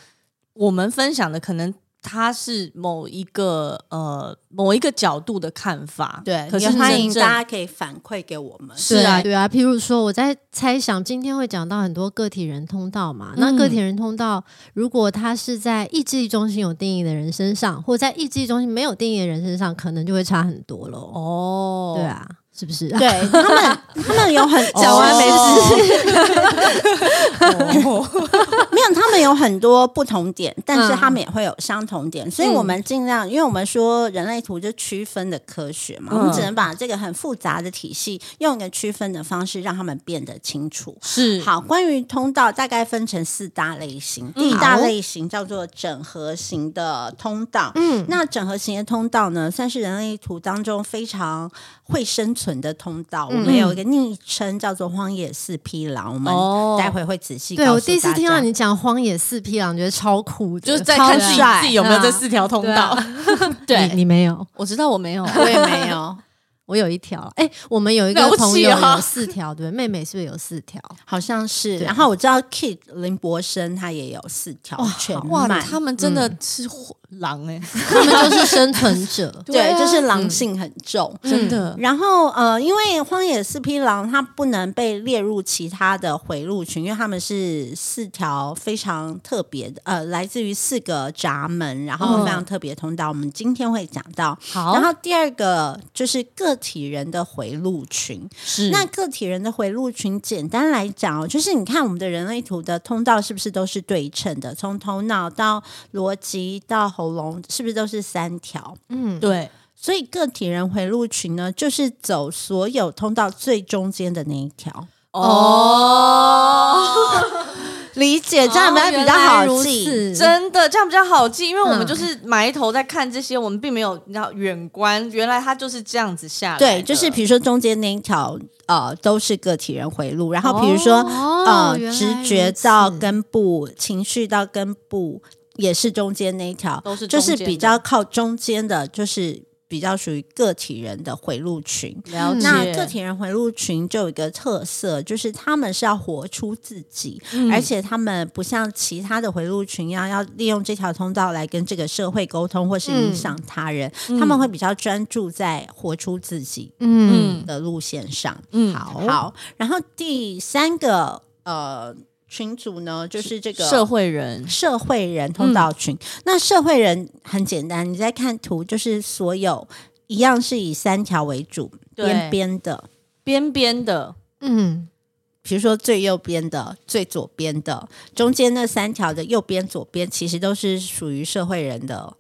Speaker 3: 我们分享的可能它是某一个呃某一个角度的看法，
Speaker 2: 对，
Speaker 3: 可是
Speaker 2: 也欢迎
Speaker 3: 真正
Speaker 2: 大家可以反馈给我们。
Speaker 3: 是啊
Speaker 1: 对啊。譬如说，我在猜想今天会讲到很多个体人通道嘛。
Speaker 3: 嗯
Speaker 1: 那个体人通道，如果他是在意志力中心有定义的人身上，或在意志力中心没有定义的人身上，可能就会差很多喽。
Speaker 3: 哦，
Speaker 1: 对，啊啊，是不是？ 哦
Speaker 2: 对他们，他们有很
Speaker 1: 讲完没
Speaker 2: 事。
Speaker 3: 事，
Speaker 2: 没有，他们有很多不同点，但是
Speaker 1: 嗯
Speaker 2: 他们也会有相同点，所以我们尽量，因为我们说人类图就区分的科学嘛，
Speaker 3: 嗯
Speaker 2: 我们只能把这个很复杂的体系用一个区分的方式让他们变得清楚。
Speaker 1: 嗯
Speaker 3: 是
Speaker 2: 好，关于通道大概分成四大类型，第一大类型叫做整合型的通道。
Speaker 1: 嗯，
Speaker 2: 那整合型的通道呢，算是人类图当中非常会生存的通道。
Speaker 1: 嗯
Speaker 2: 我们有一个昵称叫做“荒野四匹狼”，我们
Speaker 3: 哦
Speaker 2: 待会会仔细告
Speaker 1: 对
Speaker 2: 诉
Speaker 1: 我第一次
Speaker 2: 大
Speaker 1: 听
Speaker 2: 家
Speaker 1: 到你讲荒野四匹狼，觉得超酷的，
Speaker 3: 就是在
Speaker 1: 超
Speaker 3: 看自己
Speaker 1: 帅
Speaker 3: 自己有没有这
Speaker 1: 对啊
Speaker 3: 四条通道。
Speaker 1: 你你没有，
Speaker 3: 我知道 我没有，
Speaker 2: 我也没有，
Speaker 1: 我有一条。哎，我们有一个
Speaker 3: 了不起
Speaker 1: 朋友
Speaker 3: 啊
Speaker 1: 有四条，对不对，妹妹是不是有四条？
Speaker 2: 好像是。
Speaker 1: 对
Speaker 2: 然后我知道 Kid 林博生他也有四条全
Speaker 3: 哇，
Speaker 2: 满，
Speaker 3: 他们真的是狼哎，。
Speaker 1: 他们就是生存者
Speaker 2: 对，
Speaker 3: 啊
Speaker 2: 就是狼性很重。
Speaker 1: 嗯
Speaker 3: 真的
Speaker 2: 然后呃，因为荒野四匹狼它不能被列入其他的回路群，因为它们是四条非常特别的，呃，来自于四个闸门，然后非常特别通道。我们今天会讲到。
Speaker 3: 好
Speaker 2: 然后第二个就是个体人的回路群。
Speaker 1: 嗯
Speaker 3: 是
Speaker 2: 那个体人的回路群，简单来讲哦，就是你看我们的人类图的通道是不是都是对称的？从头脑到逻辑到喉咙，是不是都是三条？
Speaker 1: 嗯，
Speaker 3: 对
Speaker 2: 所以个体人回路群呢，就是走所有通道最中间的那一条。
Speaker 3: 哦，
Speaker 2: 理解这样
Speaker 3: 哦
Speaker 2: 比较比较
Speaker 1: 原来
Speaker 2: 好
Speaker 1: 如
Speaker 2: 记。
Speaker 1: 此，
Speaker 3: 真的这样比较好记，因为我们
Speaker 1: 嗯
Speaker 3: 就是埋头在看这些，我们并没有你知道远观，原来它就是这样子下来的，
Speaker 2: 对，
Speaker 1: 嗯
Speaker 2: 就是比如说中间那一条，呃，都是个体人回路。然后比如说，
Speaker 1: 哦
Speaker 2: 呃，，
Speaker 1: 原来
Speaker 2: 直
Speaker 1: 如
Speaker 2: 觉到
Speaker 1: 此
Speaker 2: 根部，情绪到根部，也是中间那一条，
Speaker 3: 都是
Speaker 2: 就
Speaker 3: 中
Speaker 2: 是
Speaker 3: 间的
Speaker 2: 比较靠中间的，就是比较属于个体人的回路群。
Speaker 3: 了解
Speaker 2: 那个体人回路群就有一个特色，就是他们是要活出自己，
Speaker 3: 嗯
Speaker 2: 而且他们不像其他的回路群一样，要利用这条通道来跟这个社会沟通或是影响他人，
Speaker 3: 嗯
Speaker 2: 他们会比较专注在活出自己
Speaker 1: 嗯
Speaker 3: 嗯
Speaker 2: 的路线上。
Speaker 3: 嗯
Speaker 2: 好好，然后第三个呃群组呢，就是这个
Speaker 3: 社会人
Speaker 2: 社会人通
Speaker 3: 嗯
Speaker 2: 道群。那社会人很简单，你在看图，就是所有一样是以三条为主，
Speaker 3: 对
Speaker 2: 边边的，
Speaker 3: 边边的
Speaker 1: 嗯，
Speaker 2: 比如说最右边的、最左边的，中间那三条的右边、左边，其实都是属于社会人的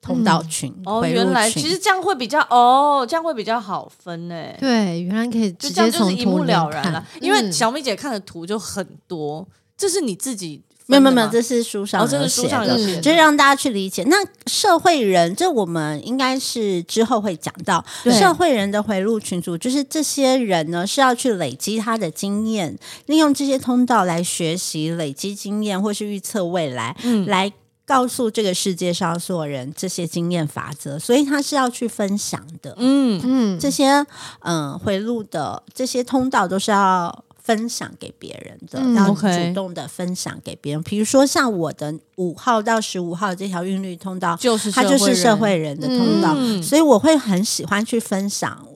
Speaker 2: 通道群、
Speaker 3: 哦，
Speaker 2: 回路
Speaker 3: 原来
Speaker 2: 群
Speaker 3: 其实这样会比较哦，这样会比较好分哎，
Speaker 1: 对，原来可以
Speaker 3: 就
Speaker 1: 直
Speaker 3: 这样
Speaker 1: 接
Speaker 3: 就是
Speaker 1: 从
Speaker 3: 一
Speaker 1: 图
Speaker 3: 目
Speaker 1: 里
Speaker 3: 了
Speaker 1: 面
Speaker 3: 然
Speaker 1: 看
Speaker 3: 了。因为
Speaker 1: 嗯
Speaker 3: 小米姐看的图就很多，这是你自己
Speaker 2: 没
Speaker 3: 分
Speaker 2: 有没
Speaker 3: 的
Speaker 2: 有没有，
Speaker 3: 吗
Speaker 2: 这是书上
Speaker 3: 哦，这是
Speaker 2: 有
Speaker 3: 书
Speaker 2: 写
Speaker 3: 上
Speaker 2: 的
Speaker 3: 有
Speaker 1: 嗯
Speaker 3: 写的，
Speaker 2: 就是让大家去理解。那社会人，这我们应该是之后会讲到
Speaker 1: 对
Speaker 2: 社会人的回路群组，就是这些人呢是要去累积他的经验，利用这些通道来学习、累积经验或是预测未来，
Speaker 3: 嗯
Speaker 2: 来。告诉这个世界上所有人这些经验法则，所以他是要去分享的。
Speaker 3: 嗯，
Speaker 1: 嗯，
Speaker 2: 这些嗯、呃回路的这些通道都是要分享给别人的，
Speaker 1: 嗯
Speaker 2: 要
Speaker 3: OK
Speaker 2: 主动的分享给别人。比如说像我的五号到十五号这条韵律通道，
Speaker 3: 就是
Speaker 2: 它就是社
Speaker 3: 人
Speaker 2: 会人的通道，
Speaker 3: 嗯
Speaker 2: 所以我会很喜欢去分享。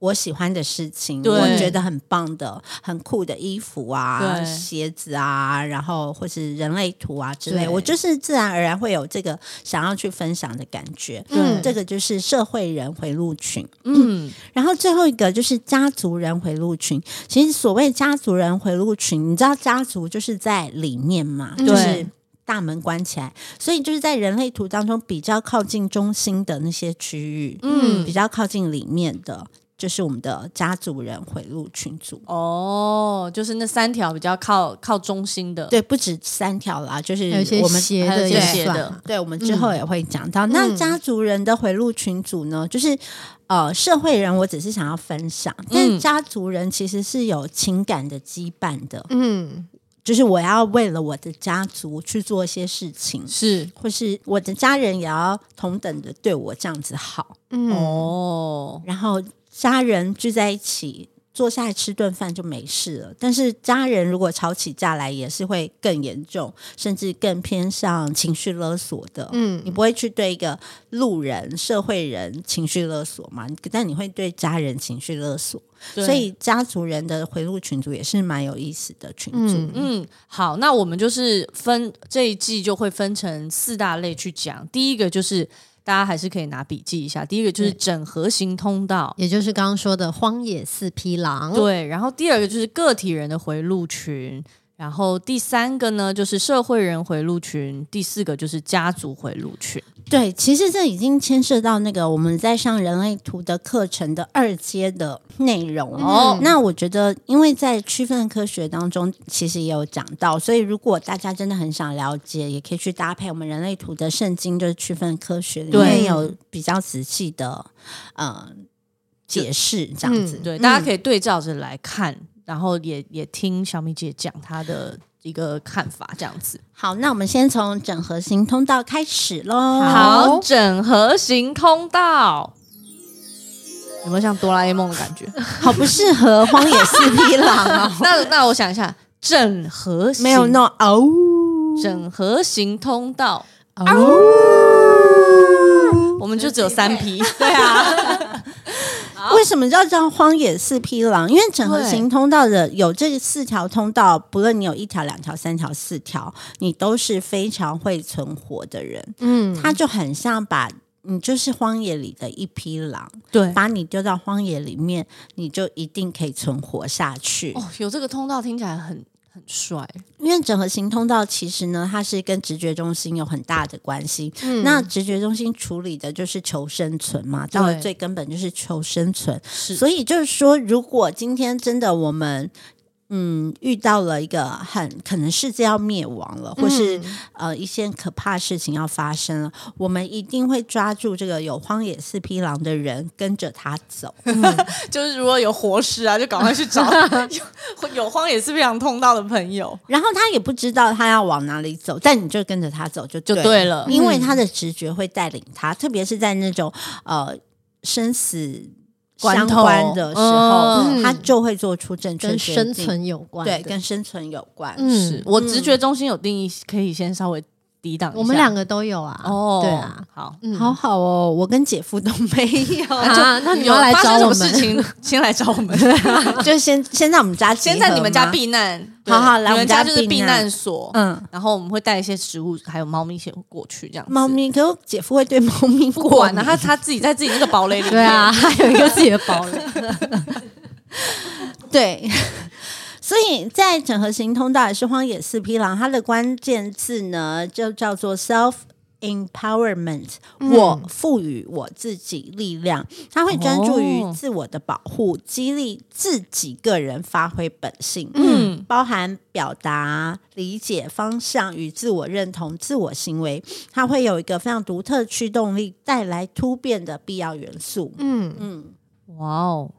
Speaker 2: 我喜欢的事情，
Speaker 3: 对
Speaker 2: 我觉得很棒的、很酷的衣服啊、
Speaker 3: 对
Speaker 2: 鞋子啊，然后或是人类图啊之类，
Speaker 3: 对
Speaker 2: 我就是自然而然会有这个想要去分享的感觉。
Speaker 3: 嗯
Speaker 2: 这个就是社会人回路群。
Speaker 3: 嗯
Speaker 2: 然后最后一个就是家族人回路群。其实所谓家族人回路群，你知道家族就是在里面嘛，
Speaker 1: 嗯
Speaker 2: 就是
Speaker 3: 对
Speaker 2: 大门关起来，所以就是在人类图当中比较靠近中心的那些区域，
Speaker 3: 嗯
Speaker 2: 比较靠近里面的。就是我们的家族人回路群组，
Speaker 3: 哦，就是那三条比较靠靠中心的，
Speaker 2: 对，不止三条啦，就是
Speaker 1: 还有一些
Speaker 2: 我们
Speaker 1: 斜
Speaker 3: 还有
Speaker 1: 的
Speaker 3: 一
Speaker 1: 也
Speaker 3: 些
Speaker 2: 斜
Speaker 1: 算嘛，
Speaker 3: 的
Speaker 2: 对，我们之后也会讲到。那家族人的回路群组呢，就是呃，社会人我只是想要分享，但是家族人其实是有情感的羁绊的，
Speaker 1: 嗯，
Speaker 2: 就是我要为了我的家族去做一些事情，
Speaker 3: 是
Speaker 2: 或是我的家人也要同等的对我这样子好，
Speaker 1: 嗯
Speaker 3: 哦，
Speaker 2: 然后家人聚在一起。坐下来吃顿饭就没事了，但是家人如果吵起架来，也是会更严重，甚至更偏向情绪勒索的。你
Speaker 1: 嗯，
Speaker 2: 不会去对一个路人、社会人情绪勒索嘛？但你会对家人情绪勒索，
Speaker 3: 对
Speaker 2: 所以家族人的回路群组也是蛮有意思的群组。
Speaker 1: 嗯
Speaker 3: 嗯，好，那我们就是分这一季就会分成四大类去讲。第一个就是大家还是可以拿笔记一下，第一个就是
Speaker 1: 对
Speaker 3: 整合型通道，
Speaker 1: 也就是刚刚说的荒野四匹狼，
Speaker 3: 对，然后第二个就是个体人的回路群。然后第三个呢，就是社会人回路群；第四个就是家族回路群。
Speaker 2: 对，其实这已经牵涉到那个我们在上人类图的课程的二阶的内容哦。那我觉得，因为在区分科学当中，其实也有讲到，所以如果大家真的很想了解，也可以去搭配我们人类图的圣经，就是区分科学里
Speaker 3: 对
Speaker 2: 面有比较仔细的呃解释，这样子。
Speaker 3: 对，大家可以对照着来看，然后也也听小米姐讲她的一个看法，这样子。
Speaker 2: 好，那我们先从整合型通道开始喽。
Speaker 3: 好，整合型通道有没有像哆啦 A 梦的感觉？
Speaker 2: 好不适合荒野四匹狼啊、
Speaker 3: 那那我想一下，整合型
Speaker 2: 没有弄哦。
Speaker 3: 整合型通道，
Speaker 2: 哦
Speaker 3: 我们就只有三批。 对啊，
Speaker 2: 为什么叫叫荒野四匹狼？因为整合型通道的有这四条通道，不论你有一条、两条、三条、四条，你都是非常会存活的人。
Speaker 1: 嗯，
Speaker 2: 他就很像把你就是荒野里的一匹狼，
Speaker 3: 对。
Speaker 2: 把你丢到荒野里面，你就一定可以存活下去。
Speaker 3: 哦，有这个通道听起来很很帅。
Speaker 2: 因为整合型通道其实呢，它是跟直觉中心有很大的关系。
Speaker 1: 嗯
Speaker 2: 那直觉中心处理的就是求生存嘛，到了
Speaker 3: 对
Speaker 2: 最根本就是求生存。
Speaker 3: 是
Speaker 2: 所以就是说，如果今天真的我们。嗯，遇到了一个很可能世界要灭亡了，
Speaker 3: 嗯
Speaker 2: 或是、呃一些可怕的事情要发生了，我们一定会抓住这个有荒野四匹狼的人，跟着他走。
Speaker 3: 就是如果有活尸啊，就赶快去找 有有荒野是非常通道的朋友。
Speaker 2: 然后他也不知道他要往哪里走，但你就跟着他走就
Speaker 3: 就
Speaker 2: 对
Speaker 3: 对
Speaker 2: 了
Speaker 3: 了
Speaker 2: 因为他的直觉会带领他，特别是在那种呃生死相关的时候，
Speaker 1: 嗯
Speaker 2: 他就会做出正确
Speaker 1: 跟
Speaker 2: 决
Speaker 1: 生
Speaker 2: 定
Speaker 1: 存有关的，
Speaker 2: 对跟生存有关。
Speaker 3: 是
Speaker 1: 嗯，
Speaker 3: 我直觉中心有定义，可以先稍微抵挡一下。
Speaker 1: 我们两个都有啊，
Speaker 3: 哦，
Speaker 1: 对啊，，
Speaker 3: 好。
Speaker 1: 嗯
Speaker 2: 好好哦，我跟姐夫都没有，
Speaker 1: 啊，那你
Speaker 3: 有
Speaker 1: 要来
Speaker 3: 发
Speaker 1: 找
Speaker 3: 生什
Speaker 1: 我
Speaker 3: 么事
Speaker 1: 们，啊
Speaker 3: 情，先来找我们，
Speaker 2: 就先先在我们家，
Speaker 3: 先在你们家。避难。对
Speaker 2: 好好来
Speaker 3: 你
Speaker 2: 我们
Speaker 3: 们
Speaker 2: 家
Speaker 3: 就是
Speaker 2: 避
Speaker 3: 避
Speaker 2: 难
Speaker 3: 难所。
Speaker 2: 嗯，
Speaker 3: 然后我们会带一些食物，还有猫咪一起过去，这样子。
Speaker 2: 猫咪，可是我姐夫会对猫咪
Speaker 3: 不管啊了、
Speaker 2: 敏
Speaker 3: 它它自己在自己那个堡 垒里面。
Speaker 1: 对啊，，还有一个自己的堡垒，
Speaker 2: 对， 所以在整合型通道也是荒野四匹狼，它的关键字呢就叫做 self。Empowerment，我
Speaker 3: 嗯
Speaker 2: 赋予我自己力量，它会专注于
Speaker 3: 哦
Speaker 2: 自我的保护，激励自己个人发挥本性，
Speaker 3: 嗯，
Speaker 2: 包含表达、理解方向与自我认同、自我行为，它会有一个非常独特驱动力，带来突变的必要元素。
Speaker 1: 嗯，
Speaker 2: 嗯，
Speaker 3: 哇哦，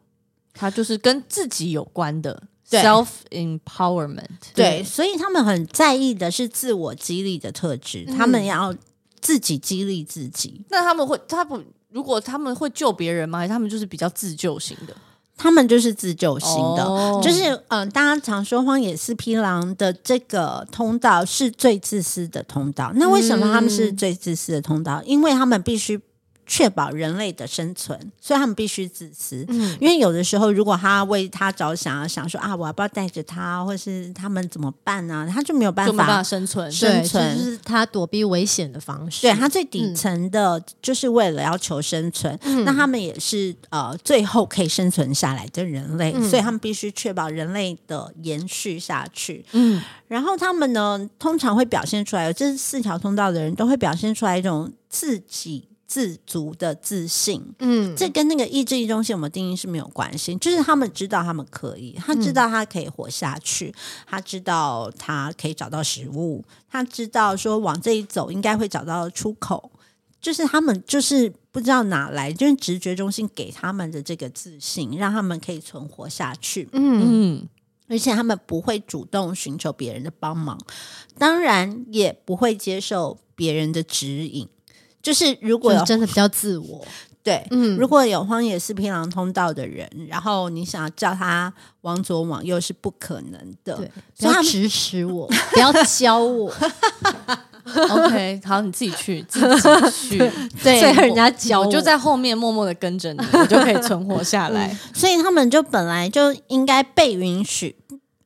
Speaker 3: 它就是跟自己有关的
Speaker 2: 对
Speaker 3: self empowerment。
Speaker 2: 对，所以他们很在意的是自我激励的特质，他
Speaker 3: 嗯
Speaker 2: 们要自己激励自己。
Speaker 3: 那他们会，他不，如果他们会救别人吗？还是他们就是比较自救型的？
Speaker 2: 他们就是自救型的，
Speaker 3: 哦
Speaker 2: 就是嗯、呃大家常说荒野四匹狼的这个通道是最自私的通道。那为什么他们
Speaker 3: 嗯
Speaker 2: 是最自私的通道？因为他们必须确保人类的生存，所以他们必须自私。
Speaker 1: 嗯
Speaker 2: 因为有的时候，如果他为他着想，啊，想说啊，我要不要带着他，或是他们怎么办呢、他就没有办
Speaker 3: 就没
Speaker 2: 法
Speaker 3: 办法生存。
Speaker 2: 是生
Speaker 1: 对，
Speaker 2: 存
Speaker 1: 这就是他躲避危险的方式，
Speaker 2: 对，他最底层的，就是为了要求生存。那他们也是呃，最后可以生存下来的人类，所以他们必须确保人类的延续下去。
Speaker 3: 嗯，
Speaker 2: 然后他们呢，通常会表现出来，这四条通道的人都会表现出来一种自给自足的自信。
Speaker 1: 嗯，
Speaker 2: 这跟那个意志力中心我们定义是没有关系，就是他们知道他们可以，他知道他可以活下去，他知道他可以找到食物，他知道说往这里走应该会找到出口，就是他们就是不知道哪来，就是直觉中心给他们的这个自信，让他们可以存活下去。
Speaker 1: 嗯
Speaker 3: 嗯，
Speaker 2: 而且他们不会主动寻求别人的帮忙，当然也不会接受别人的指引。就是如果
Speaker 1: 就
Speaker 2: 有
Speaker 1: 是真的比较自我，
Speaker 2: 对，
Speaker 1: 嗯
Speaker 2: 如果有荒野四匹狼通道的人，然后你想要叫他往左往右是不可能的。
Speaker 1: 对，不
Speaker 2: 所以他
Speaker 1: 要
Speaker 2: 们
Speaker 1: 指使我，不要教我，
Speaker 3: OK，好，你自己去， 自己去，嗯
Speaker 2: 对
Speaker 1: 最恨人家教
Speaker 3: 我
Speaker 1: 我，
Speaker 3: 就在后面默默的跟着你，我就可以存活下来。
Speaker 2: 所以他们就本来就应该被允许，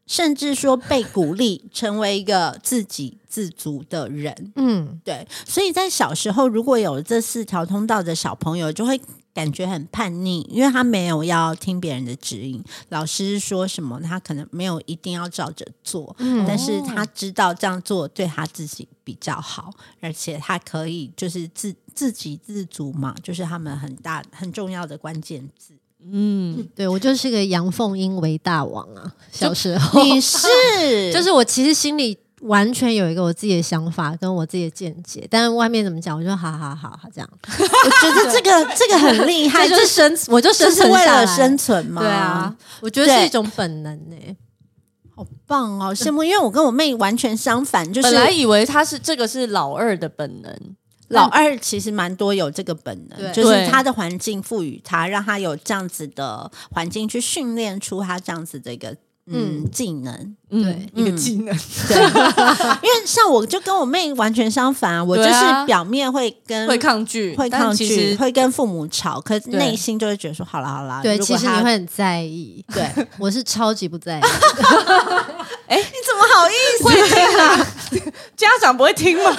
Speaker 2: 甚至说被鼓励，成为一个自给自足的人。
Speaker 1: 嗯
Speaker 2: 对，所以在小时候，如果有这四条通道的小朋友，就会感觉很叛逆，因为他没有要听别人的指引，老师说什么他可能没有一定要照着做，
Speaker 1: 嗯
Speaker 2: 但是他知道这样做对他自己比较好，而且他可以就是自自给自足嘛，就是他们很大很重要的关键字。
Speaker 3: 嗯，
Speaker 1: 对我就是个阳奉阴违大王啊，小时候
Speaker 2: 你是
Speaker 1: 就是我其实心里完全有一个我自己的想法跟我自己的见解，但是外面怎么讲，我就好好好好这样，
Speaker 2: 我觉得这个这个很厉害，
Speaker 1: 这 就是生，我就生
Speaker 2: 这是
Speaker 1: 存
Speaker 2: 为
Speaker 1: 下
Speaker 2: 了
Speaker 1: 来
Speaker 2: 生，存嘛。
Speaker 3: 对啊，
Speaker 1: 我觉得是
Speaker 2: 对
Speaker 1: 一种本能欸呢、
Speaker 2: 好棒哦，羡慕！因为我跟我妹完全相反，就是
Speaker 3: 本来以为他是这个是老二的本能，
Speaker 2: 老二其实蛮多有这个本
Speaker 1: 对
Speaker 2: 能，就是
Speaker 3: 对
Speaker 2: 他的环境赋予他，让他有这样子的环境去训练出他这样子的一个嗯
Speaker 1: 嗯
Speaker 2: 技能。
Speaker 3: 嗯
Speaker 1: 对
Speaker 3: 一个技能，
Speaker 2: 对，因为像我就跟我妹完全相反啊，我就
Speaker 3: 对啊
Speaker 2: 是表面会跟
Speaker 3: 嗯会抗拒，
Speaker 2: 会
Speaker 3: 但
Speaker 2: 抗
Speaker 3: 其
Speaker 2: 拒，
Speaker 3: 实
Speaker 2: 会跟父母吵，可是
Speaker 3: 对
Speaker 2: 内心就会觉得说好啦好啦，
Speaker 1: 对，
Speaker 2: 如
Speaker 1: 其
Speaker 2: 果
Speaker 1: 实
Speaker 2: 他
Speaker 1: 你会很在意，
Speaker 2: 对，
Speaker 1: 我是超级不在意，
Speaker 2: 你怎么好意思？
Speaker 3: 家长不会听吗？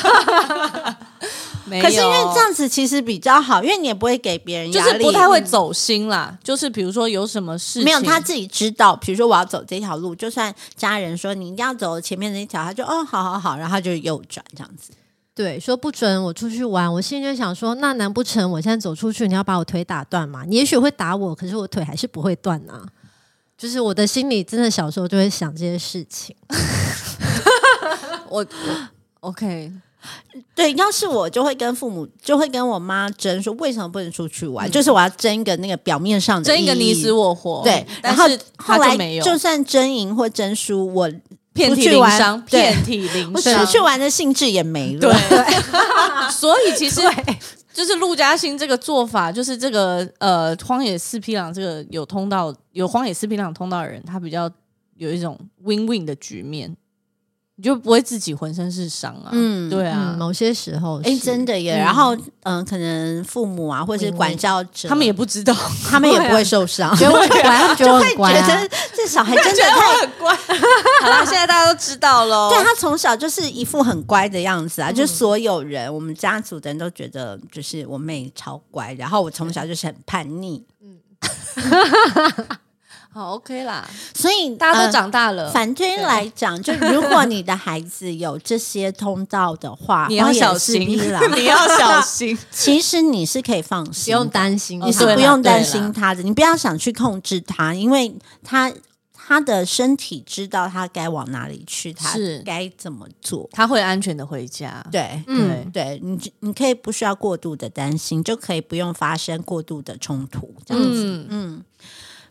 Speaker 3: 没有
Speaker 2: 可是因为这样子其实比较好，因为你也不会给别人
Speaker 3: 就
Speaker 2: 压
Speaker 3: 是
Speaker 2: 力，
Speaker 3: 不太会走心啦。就是比如说有什么事情，
Speaker 2: 没有，他自己知道。比如说我要走这条路，就算家人说你一定要走前面那一条，他就哦，好好好，然后他就右转这样子。
Speaker 1: 对，说不准我出去玩，我心里就想说，那难不成我现在走出去，你要把我腿打断吗？你也许会打我，可是我腿还是不会断啊。就是我的心里真的小时候就会想这些事情，
Speaker 3: 我我 OK，
Speaker 2: 对，要是我就会跟父母，就会跟我妈争说，为什么不能出去玩？就是我要争一个那个表面上的
Speaker 3: 争一个你
Speaker 2: 意义
Speaker 3: 死我活，
Speaker 2: 对，然
Speaker 3: 但
Speaker 2: 后
Speaker 3: 是
Speaker 2: 后
Speaker 3: 他
Speaker 2: 来
Speaker 3: 就没有，
Speaker 2: 就算争赢或争输，我
Speaker 3: 遍
Speaker 2: 出
Speaker 3: 体
Speaker 2: 去
Speaker 3: 鳞
Speaker 2: 玩
Speaker 3: 伤，
Speaker 2: 对
Speaker 3: 遍体鳞
Speaker 2: 我
Speaker 3: 伤
Speaker 2: 出。去玩的兴致也没了。
Speaker 3: 对， 所以其实就是陆嘉欣这个做法，就是这个呃荒野四匹狼这个有通道有荒野四匹狼通道的人，他比较有一种 win win 的局面，你就不会自己浑身是伤啊。
Speaker 2: 嗯
Speaker 3: 对啊
Speaker 1: 嗯，，某些时候是，
Speaker 2: 哎，真的耶。
Speaker 3: 嗯
Speaker 2: 然后，嗯，可能父母啊，或者是管教者，
Speaker 3: 他们也不知道，
Speaker 2: 他们也不
Speaker 3: 对
Speaker 2: 会
Speaker 3: 啊
Speaker 2: 受 伤，
Speaker 1: 觉得我很乖，他们觉得我很乖、
Speaker 2: 觉
Speaker 1: 啊
Speaker 2: 得，这小孩真的太
Speaker 3: 很乖。好啦，现在大家都知道喽。
Speaker 2: 对他从小就是一副很乖的样子啊，就所有人，我们家族的人都觉得就是我妹超乖，然后我从小就是很叛逆，
Speaker 3: 好 OK 啦，
Speaker 2: 所以
Speaker 3: 大家
Speaker 2: 呃
Speaker 3: 都长大了，
Speaker 2: 反推来讲，就如果你的孩子有这些通道的 话，
Speaker 3: 你要
Speaker 2: 荒野
Speaker 3: 小
Speaker 2: 四
Speaker 3: 心，
Speaker 2: 匹 狼
Speaker 3: 你要小心。
Speaker 2: 其实你是可以放
Speaker 1: 不
Speaker 2: 心的，
Speaker 1: 用担心他，
Speaker 2: 你是
Speaker 3: 对啦
Speaker 2: 不用担
Speaker 3: 对
Speaker 2: 心
Speaker 3: 啦
Speaker 2: 他的，你不要想去控制他，因为他他的身体知道他该往哪里去，他
Speaker 3: 是
Speaker 2: 该怎么做，
Speaker 3: 他会安全的回家。
Speaker 2: 对，
Speaker 1: 嗯，
Speaker 2: 对你就，你可以不需要过度的担心，就可以不用发生过度的冲突，这样子。
Speaker 3: 嗯，
Speaker 2: 嗯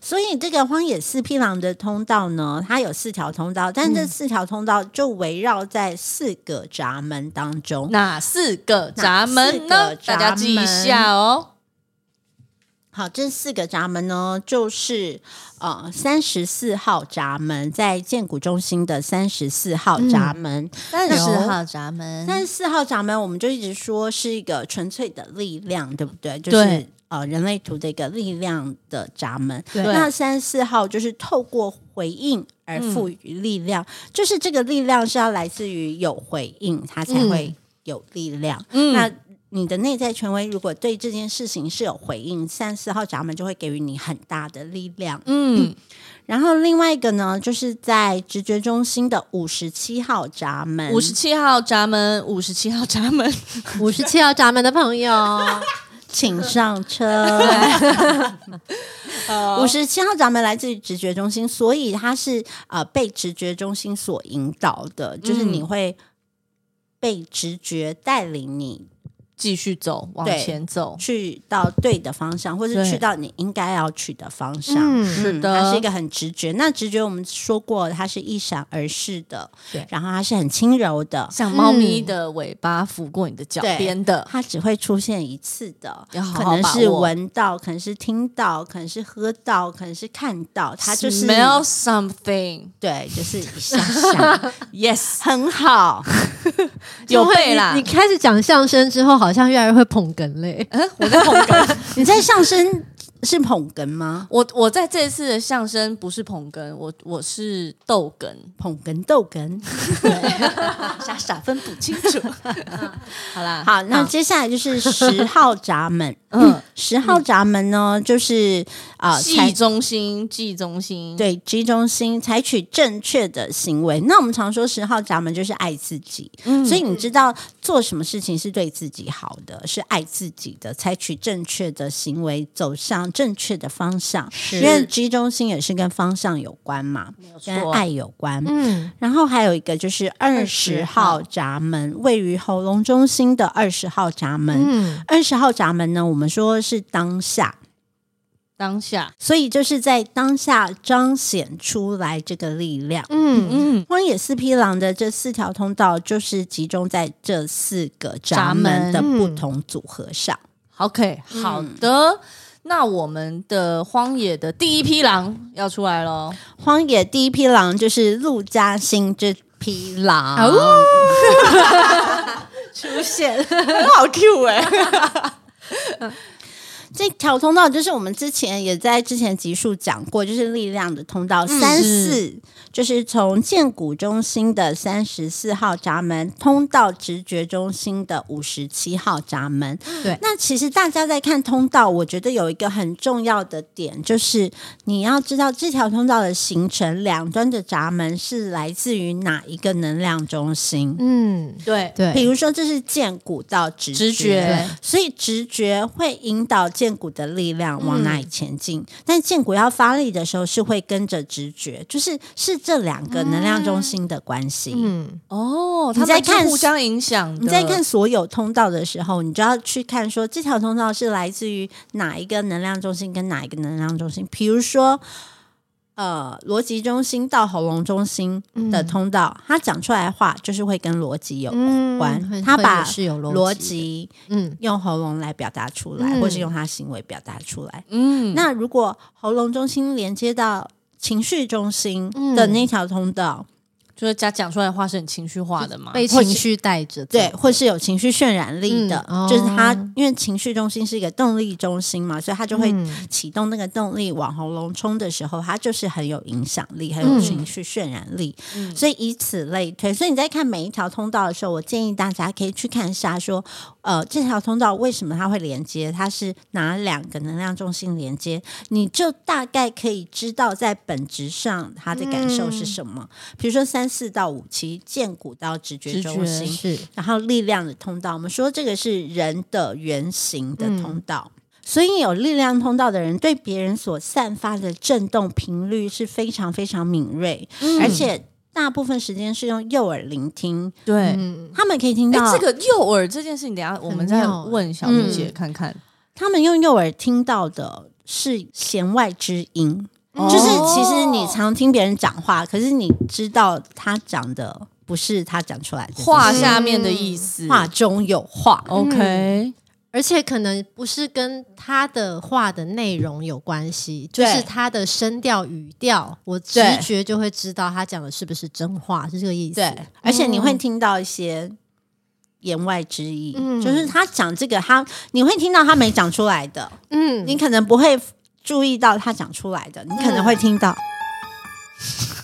Speaker 2: 所以这个荒野四匹狼的通道呢，它有四条通道，但这四条通道就围绕在四个闸门当中。
Speaker 3: 哪四个闸门
Speaker 2: 哪
Speaker 3: 呢
Speaker 2: 四个？闸
Speaker 3: 大
Speaker 2: 门
Speaker 3: 家记一下哦。
Speaker 2: 好，这四个闸门呢，就是呃三十四号闸门，在建谷中心的三十四号闸门。
Speaker 3: 三
Speaker 2: 十号
Speaker 3: 号闸门
Speaker 2: 三十四号闸门，我们就一直说是一个纯粹的力量，对不对？就
Speaker 3: 对
Speaker 2: 是呃人类图的一个力量的闸门。
Speaker 1: 对
Speaker 2: 那三十四号就是透过回应而赋予力量，就是这个力量是要来自于有回应，它才会
Speaker 3: 嗯
Speaker 2: 有力量。那你的内在权威如果对这件事情是有回应，三十四号闸门就会给予你很大的力量。
Speaker 3: 嗯，
Speaker 2: 然后另外一个呢，就是在直觉中心的五十七号闸门，
Speaker 3: 五十七号闸门，五十七号闸 门，
Speaker 1: 五十七号闸门的朋友，
Speaker 2: 请上车。
Speaker 3: 哦
Speaker 2: 五十七号闸门来自于直觉中心，所以它是呃被直觉中心所引导
Speaker 3: 嗯
Speaker 2: 的，就是你会被直觉带领你
Speaker 3: 继续走，往
Speaker 2: 对
Speaker 3: 前走。
Speaker 2: 去到对的方向，或是
Speaker 3: 对
Speaker 2: 去到你应该要去的方向。
Speaker 1: 嗯，
Speaker 2: 是
Speaker 3: 的
Speaker 2: 它是一个很直觉。那直觉我们说过，它是一闪而逝的，
Speaker 1: 对
Speaker 2: 然后它是很轻柔的，
Speaker 3: 像猫咪的尾巴抚过你的脚
Speaker 2: 对
Speaker 3: 边的，
Speaker 2: 它只会出现一次的，
Speaker 3: 要哦好
Speaker 2: 可
Speaker 3: 好
Speaker 2: 能
Speaker 3: 把
Speaker 2: 是
Speaker 3: 握
Speaker 2: 闻到，可能是听到，可能是喝到，可能是看到，它就是
Speaker 3: smell something。
Speaker 2: 对，就是一下 下，
Speaker 3: Yes，
Speaker 2: 很好。
Speaker 3: 有背啦
Speaker 1: 你。你开始讲相声之后，好像越来越会捧哏嘞。
Speaker 2: 呃
Speaker 3: 嗯，我在捧哏。
Speaker 2: 你在上身是捧哏吗？
Speaker 3: 我我在这次的相声不是捧哏，我我是逗哏。
Speaker 2: 捧哏逗哏，
Speaker 3: 傻傻分不清楚。好啦，
Speaker 2: 好，那接下来就是十号闸门，
Speaker 3: 嗯，
Speaker 2: 十号闸门呢，就是啊，采
Speaker 3: 记中心，记中心，，
Speaker 2: 对 G 中心采取正确的行为。那我们常说十号闸门就是爱自己，所以你知道做什么事情是对自己好的，是爱自己的，采取正确的行为，走向正确的方向。因为 G 中心也是跟方向有关嘛，跟
Speaker 3: 错
Speaker 2: 爱有关。
Speaker 1: 嗯，
Speaker 2: 然后还有一个就是二十
Speaker 3: 20
Speaker 2: 号闸门，位于喉咙中心的二十号闸门
Speaker 1: 嗯。
Speaker 2: 二十、号闸门呢，我们说是当下，
Speaker 3: 当下，
Speaker 2: 所以就是在当下彰显出来这个力量。
Speaker 1: 嗯，
Speaker 3: 嗯，
Speaker 2: 荒野四匹狼的这四条通道，就是集中在这四个闸门的
Speaker 1: 闸门
Speaker 2: 不同组合上。
Speaker 3: OK，好
Speaker 2: 嗯
Speaker 3: 的。那我们的荒野的第一匹狼要出来喽，
Speaker 2: 荒野第一匹狼就是陆嘉欣这匹狼，
Speaker 1: 出现
Speaker 3: 很好 Q 哎、
Speaker 2: 欸 这条通道就是我们之前也在之前集数讲过，就是力量的通道三四、就是从建谷中心的三十四号闸门通到直觉中心的五十七号闸门。
Speaker 1: 对
Speaker 2: 那其实大家在看通道，我觉得有一个很重要的点，就是你要知道这条通道的形成，两端的闸门是来自于哪一个能量中心。
Speaker 1: 嗯，
Speaker 3: 对，
Speaker 2: 比
Speaker 1: 对，
Speaker 2: 如说，这是建谷到直
Speaker 3: 直觉
Speaker 2: 所以直觉会引导剑骨的力量往哪里前进，
Speaker 3: 嗯
Speaker 2: 但剑骨要发力的时候是会跟着直觉，就是是这两个能量中心的关系。
Speaker 1: 嗯，
Speaker 3: 哦，
Speaker 2: 你
Speaker 3: 他
Speaker 2: 在
Speaker 3: 们是
Speaker 2: 看
Speaker 3: 互相影响的，
Speaker 2: 你在看所有通道的时候，你就要去看说这条通道是来自于哪一个能量中心跟哪一个能量中心。比如说，呃，逻辑中心到喉咙中心的通道，他讲出来的话就是会跟逻辑有
Speaker 1: 嗯
Speaker 2: 关
Speaker 1: 会
Speaker 2: 他
Speaker 1: 会
Speaker 2: 把
Speaker 1: 是有
Speaker 2: 逻
Speaker 1: 逻的，
Speaker 2: 辑
Speaker 1: 嗯
Speaker 2: 用喉咙来表达出来，
Speaker 1: 嗯
Speaker 2: 或是用他行为表达出来。
Speaker 3: 嗯，
Speaker 2: 那如果喉咙中心连接到情绪中心的那条通道，
Speaker 3: 就是他讲出来的话是很情绪化的嘛，
Speaker 1: 被
Speaker 2: 或
Speaker 1: 情
Speaker 2: 是
Speaker 1: 绪带着走，
Speaker 2: 对，或是有情绪渲染力的，
Speaker 1: 嗯哦
Speaker 2: 就是它因为情绪中心是一个动力中心嘛，所以它就会
Speaker 1: 嗯
Speaker 2: 启动那个动力往喉咙冲的时候，它就是很有影响力，很有
Speaker 1: 嗯
Speaker 2: 情绪渲染力。所以以此类推，所以你在看每一条通道的时候，我建议大家可以去看一下说，呃，这条通道为什么它会连接？它是哪两个能量中心连接？你就大概可以知道在本质上他的感受
Speaker 1: 嗯
Speaker 2: 是什么。比如说三四到五七，剑骨到直觉
Speaker 3: 直
Speaker 2: 中
Speaker 3: 觉
Speaker 2: 心，
Speaker 1: 是
Speaker 2: 然后力量的通道，我们说这个是人的原型
Speaker 3: 嗯
Speaker 2: 的通道。所以有力量通道的人，对别人所散发的震动频率是非常非常敏锐，
Speaker 3: 嗯
Speaker 2: 而且大部分时间是用右耳聆听，
Speaker 3: 对。
Speaker 1: 嗯
Speaker 2: 他们可以听
Speaker 3: 哎
Speaker 2: 到、，
Speaker 3: 这个右耳这件事情，等一下我们再
Speaker 1: 妙哎
Speaker 3: 问小女姐看看。
Speaker 2: 他们用右耳听到的是弦外之音，
Speaker 1: 嗯
Speaker 2: 就是
Speaker 3: 哦
Speaker 2: 其实你常听别人讲话，可是你知道他讲的不是他讲出来的
Speaker 3: 话
Speaker 2: 就是
Speaker 3: 下面的意思。
Speaker 2: 话中有话，
Speaker 3: OK，
Speaker 2: 嗯
Speaker 1: 而且可能不是跟他的话的内容有关系，就
Speaker 2: 对
Speaker 1: 是他的声调语调，我直
Speaker 2: 对
Speaker 1: 觉就会知道他讲的是不是真话，是这个意思。
Speaker 2: 对，而且你会听到一些言外之意，
Speaker 1: 嗯
Speaker 2: 就是他讲这个，他你会听到他没讲出来的，
Speaker 1: 嗯，
Speaker 2: 你可能不会注意到他讲出来的，你可能会听到。
Speaker 1: 嗯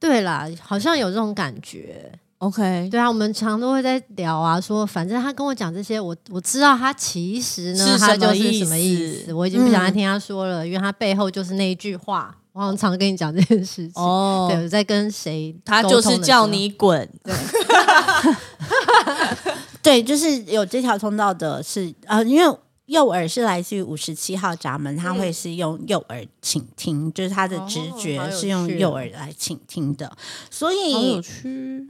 Speaker 1: 对啦，好像有这种感觉。
Speaker 3: OK，
Speaker 1: 对啊，我们常都会在聊啊，说反正他跟我讲这些，我我知道他其实呢，
Speaker 3: 是
Speaker 1: 他
Speaker 3: 什么
Speaker 1: 就是
Speaker 3: 意
Speaker 1: 什么意
Speaker 3: 思
Speaker 1: 思，我已经不想再
Speaker 2: 嗯
Speaker 1: 听他说了，因为他背后就是那一句话。我好像常跟你讲这件事情。
Speaker 3: 嗯哦
Speaker 1: 对，我在跟谁
Speaker 3: 他
Speaker 1: 沟
Speaker 3: 就
Speaker 1: 通
Speaker 3: 是
Speaker 1: 的
Speaker 3: 叫
Speaker 1: 时候
Speaker 3: 你滚。
Speaker 2: 对，就是有这条通道的是呃，因为。右耳是来自于五十七号闸门，它会是用右耳倾听，就是他的直觉
Speaker 1: 嗯哦好有
Speaker 2: 是用
Speaker 1: 趣哦
Speaker 2: 右耳来倾听的，所以
Speaker 3: 好有趣，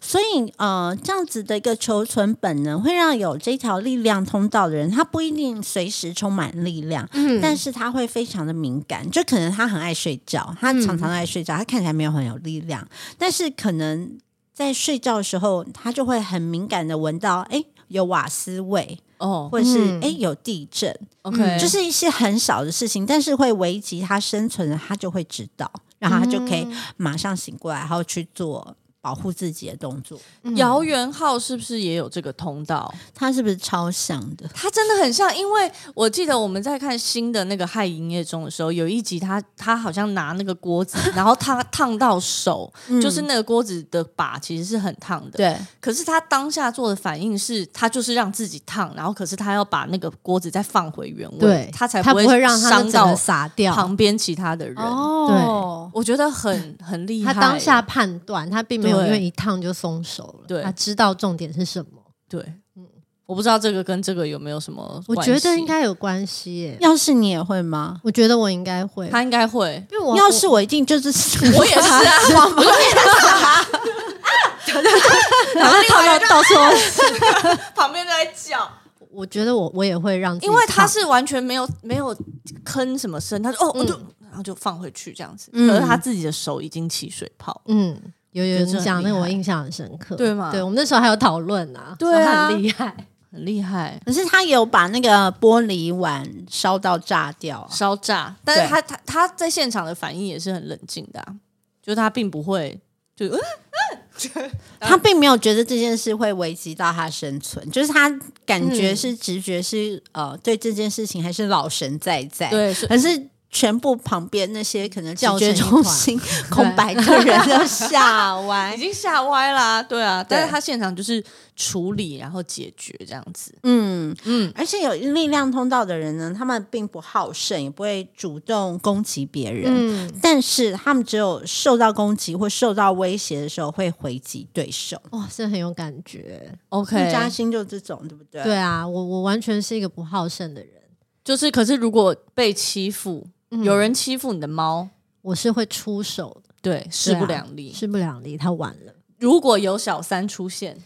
Speaker 2: 所以，呃，这样子的一个求存本能，会让有这条力量通道的人，他不一定随时充满力量，但是他会非常的敏感。就可能他很爱睡觉，他常常爱睡觉，他看起来没有很有力量，但是可能在睡觉的时候，他就会很敏感的闻到，哎、有瓦斯味，
Speaker 3: 哦
Speaker 2: 或者是哎、
Speaker 1: 嗯
Speaker 2: 诶有地震，
Speaker 3: ，OK，
Speaker 2: 就是一些很小的事情，但是会危及他生存的，他就会知道，然后他就可以马上醒过来，然后去做保护自己的动作。
Speaker 3: 遥远号是不是也有这个通道？
Speaker 2: 它是不是超像的？
Speaker 3: 它真的很像，因为我记得我们在看新的那个《嗨营业中》的时候，有一集他他好像拿那个锅 子，然后他烫到手，
Speaker 2: 嗯
Speaker 1: 嗯
Speaker 3: 就是那个锅子的把其实是很烫的。
Speaker 2: 对，
Speaker 3: 可是他当下做的反应是，他就是让自己烫，然后可是他要把那个锅子再放回原位，
Speaker 1: 对，
Speaker 3: 他才
Speaker 1: 不
Speaker 3: 会
Speaker 1: 会让它
Speaker 3: 伤
Speaker 1: 整个
Speaker 3: 到
Speaker 1: 洒掉。
Speaker 3: 旁边其他的人。
Speaker 1: 哦，
Speaker 3: 我觉得很很厉害
Speaker 1: 他
Speaker 3: 欸。
Speaker 1: 当下判断，他并没有
Speaker 3: 对
Speaker 1: 因为一烫就松手了，
Speaker 3: 对
Speaker 1: 他知道重点是什么。
Speaker 3: 对，我不知道这个跟这个有没有什么
Speaker 1: 我
Speaker 3: 关系，
Speaker 1: 觉得应该有关系耶，
Speaker 2: 要是你也会吗？
Speaker 1: 我觉得我应该会，
Speaker 3: 他应该会。
Speaker 1: 因为我
Speaker 2: 要是我一定就是
Speaker 3: 我也是啊，
Speaker 1: 然后烫到到时候，
Speaker 3: 旁边在叫，
Speaker 1: 我觉得我我也会让自己
Speaker 3: 因
Speaker 1: 烫，
Speaker 3: 为他是完全没有没有吭什么声，他就哦，我就然后就放回去这样子，
Speaker 2: 嗯
Speaker 3: 可是他自己的手已经起水泡，
Speaker 1: 嗯，有有
Speaker 3: 觉得这
Speaker 1: 你
Speaker 3: 很
Speaker 1: 讲那
Speaker 3: 厉
Speaker 1: 个我
Speaker 3: 害
Speaker 1: 印象很深刻，
Speaker 3: 对嘛
Speaker 1: 对我们那时候还有讨论啊，
Speaker 3: 对
Speaker 1: 说
Speaker 3: 啊
Speaker 1: 很厉害，
Speaker 3: 很厉害，
Speaker 2: 可是他有把那个玻璃碗烧到炸掉啊，
Speaker 3: 烧炸。但是他他他在现场的反应也是很冷静的、啊，就是他并不会就、呃
Speaker 2: 他并没有觉得这件事会危及到他生存，就是他感觉是直觉是、呃对这件事情还是老神在在，，
Speaker 3: 对，是
Speaker 2: 可是。全部旁边那些可能直
Speaker 1: 叫
Speaker 2: 觉
Speaker 1: 成一
Speaker 2: 中心空白的人都吓
Speaker 3: 已
Speaker 2: 歪，
Speaker 3: 经吓歪啦、对啊。但是
Speaker 2: 对
Speaker 3: 他现场就是处理然后解决这样子，
Speaker 2: 嗯，
Speaker 3: 嗯，
Speaker 2: 而且有力量通道的人呢，他们并不好胜，也不会主动攻击别人，
Speaker 1: 嗯，
Speaker 2: 但是他们只有受到攻击或受到威胁的时候会回击对手。
Speaker 1: 哇，这很有感觉，
Speaker 3: OK，
Speaker 2: 陆嘉欣就这种，对不对？
Speaker 1: 对啊，我我完全是一个不好胜的人，
Speaker 3: 就是，可是如果被欺负，
Speaker 1: 嗯
Speaker 3: 有人欺负你的猫，
Speaker 1: 我是会出手的，
Speaker 3: 对，啊势不两立。
Speaker 1: 势不两立，他完了。
Speaker 3: 如果有小三出现，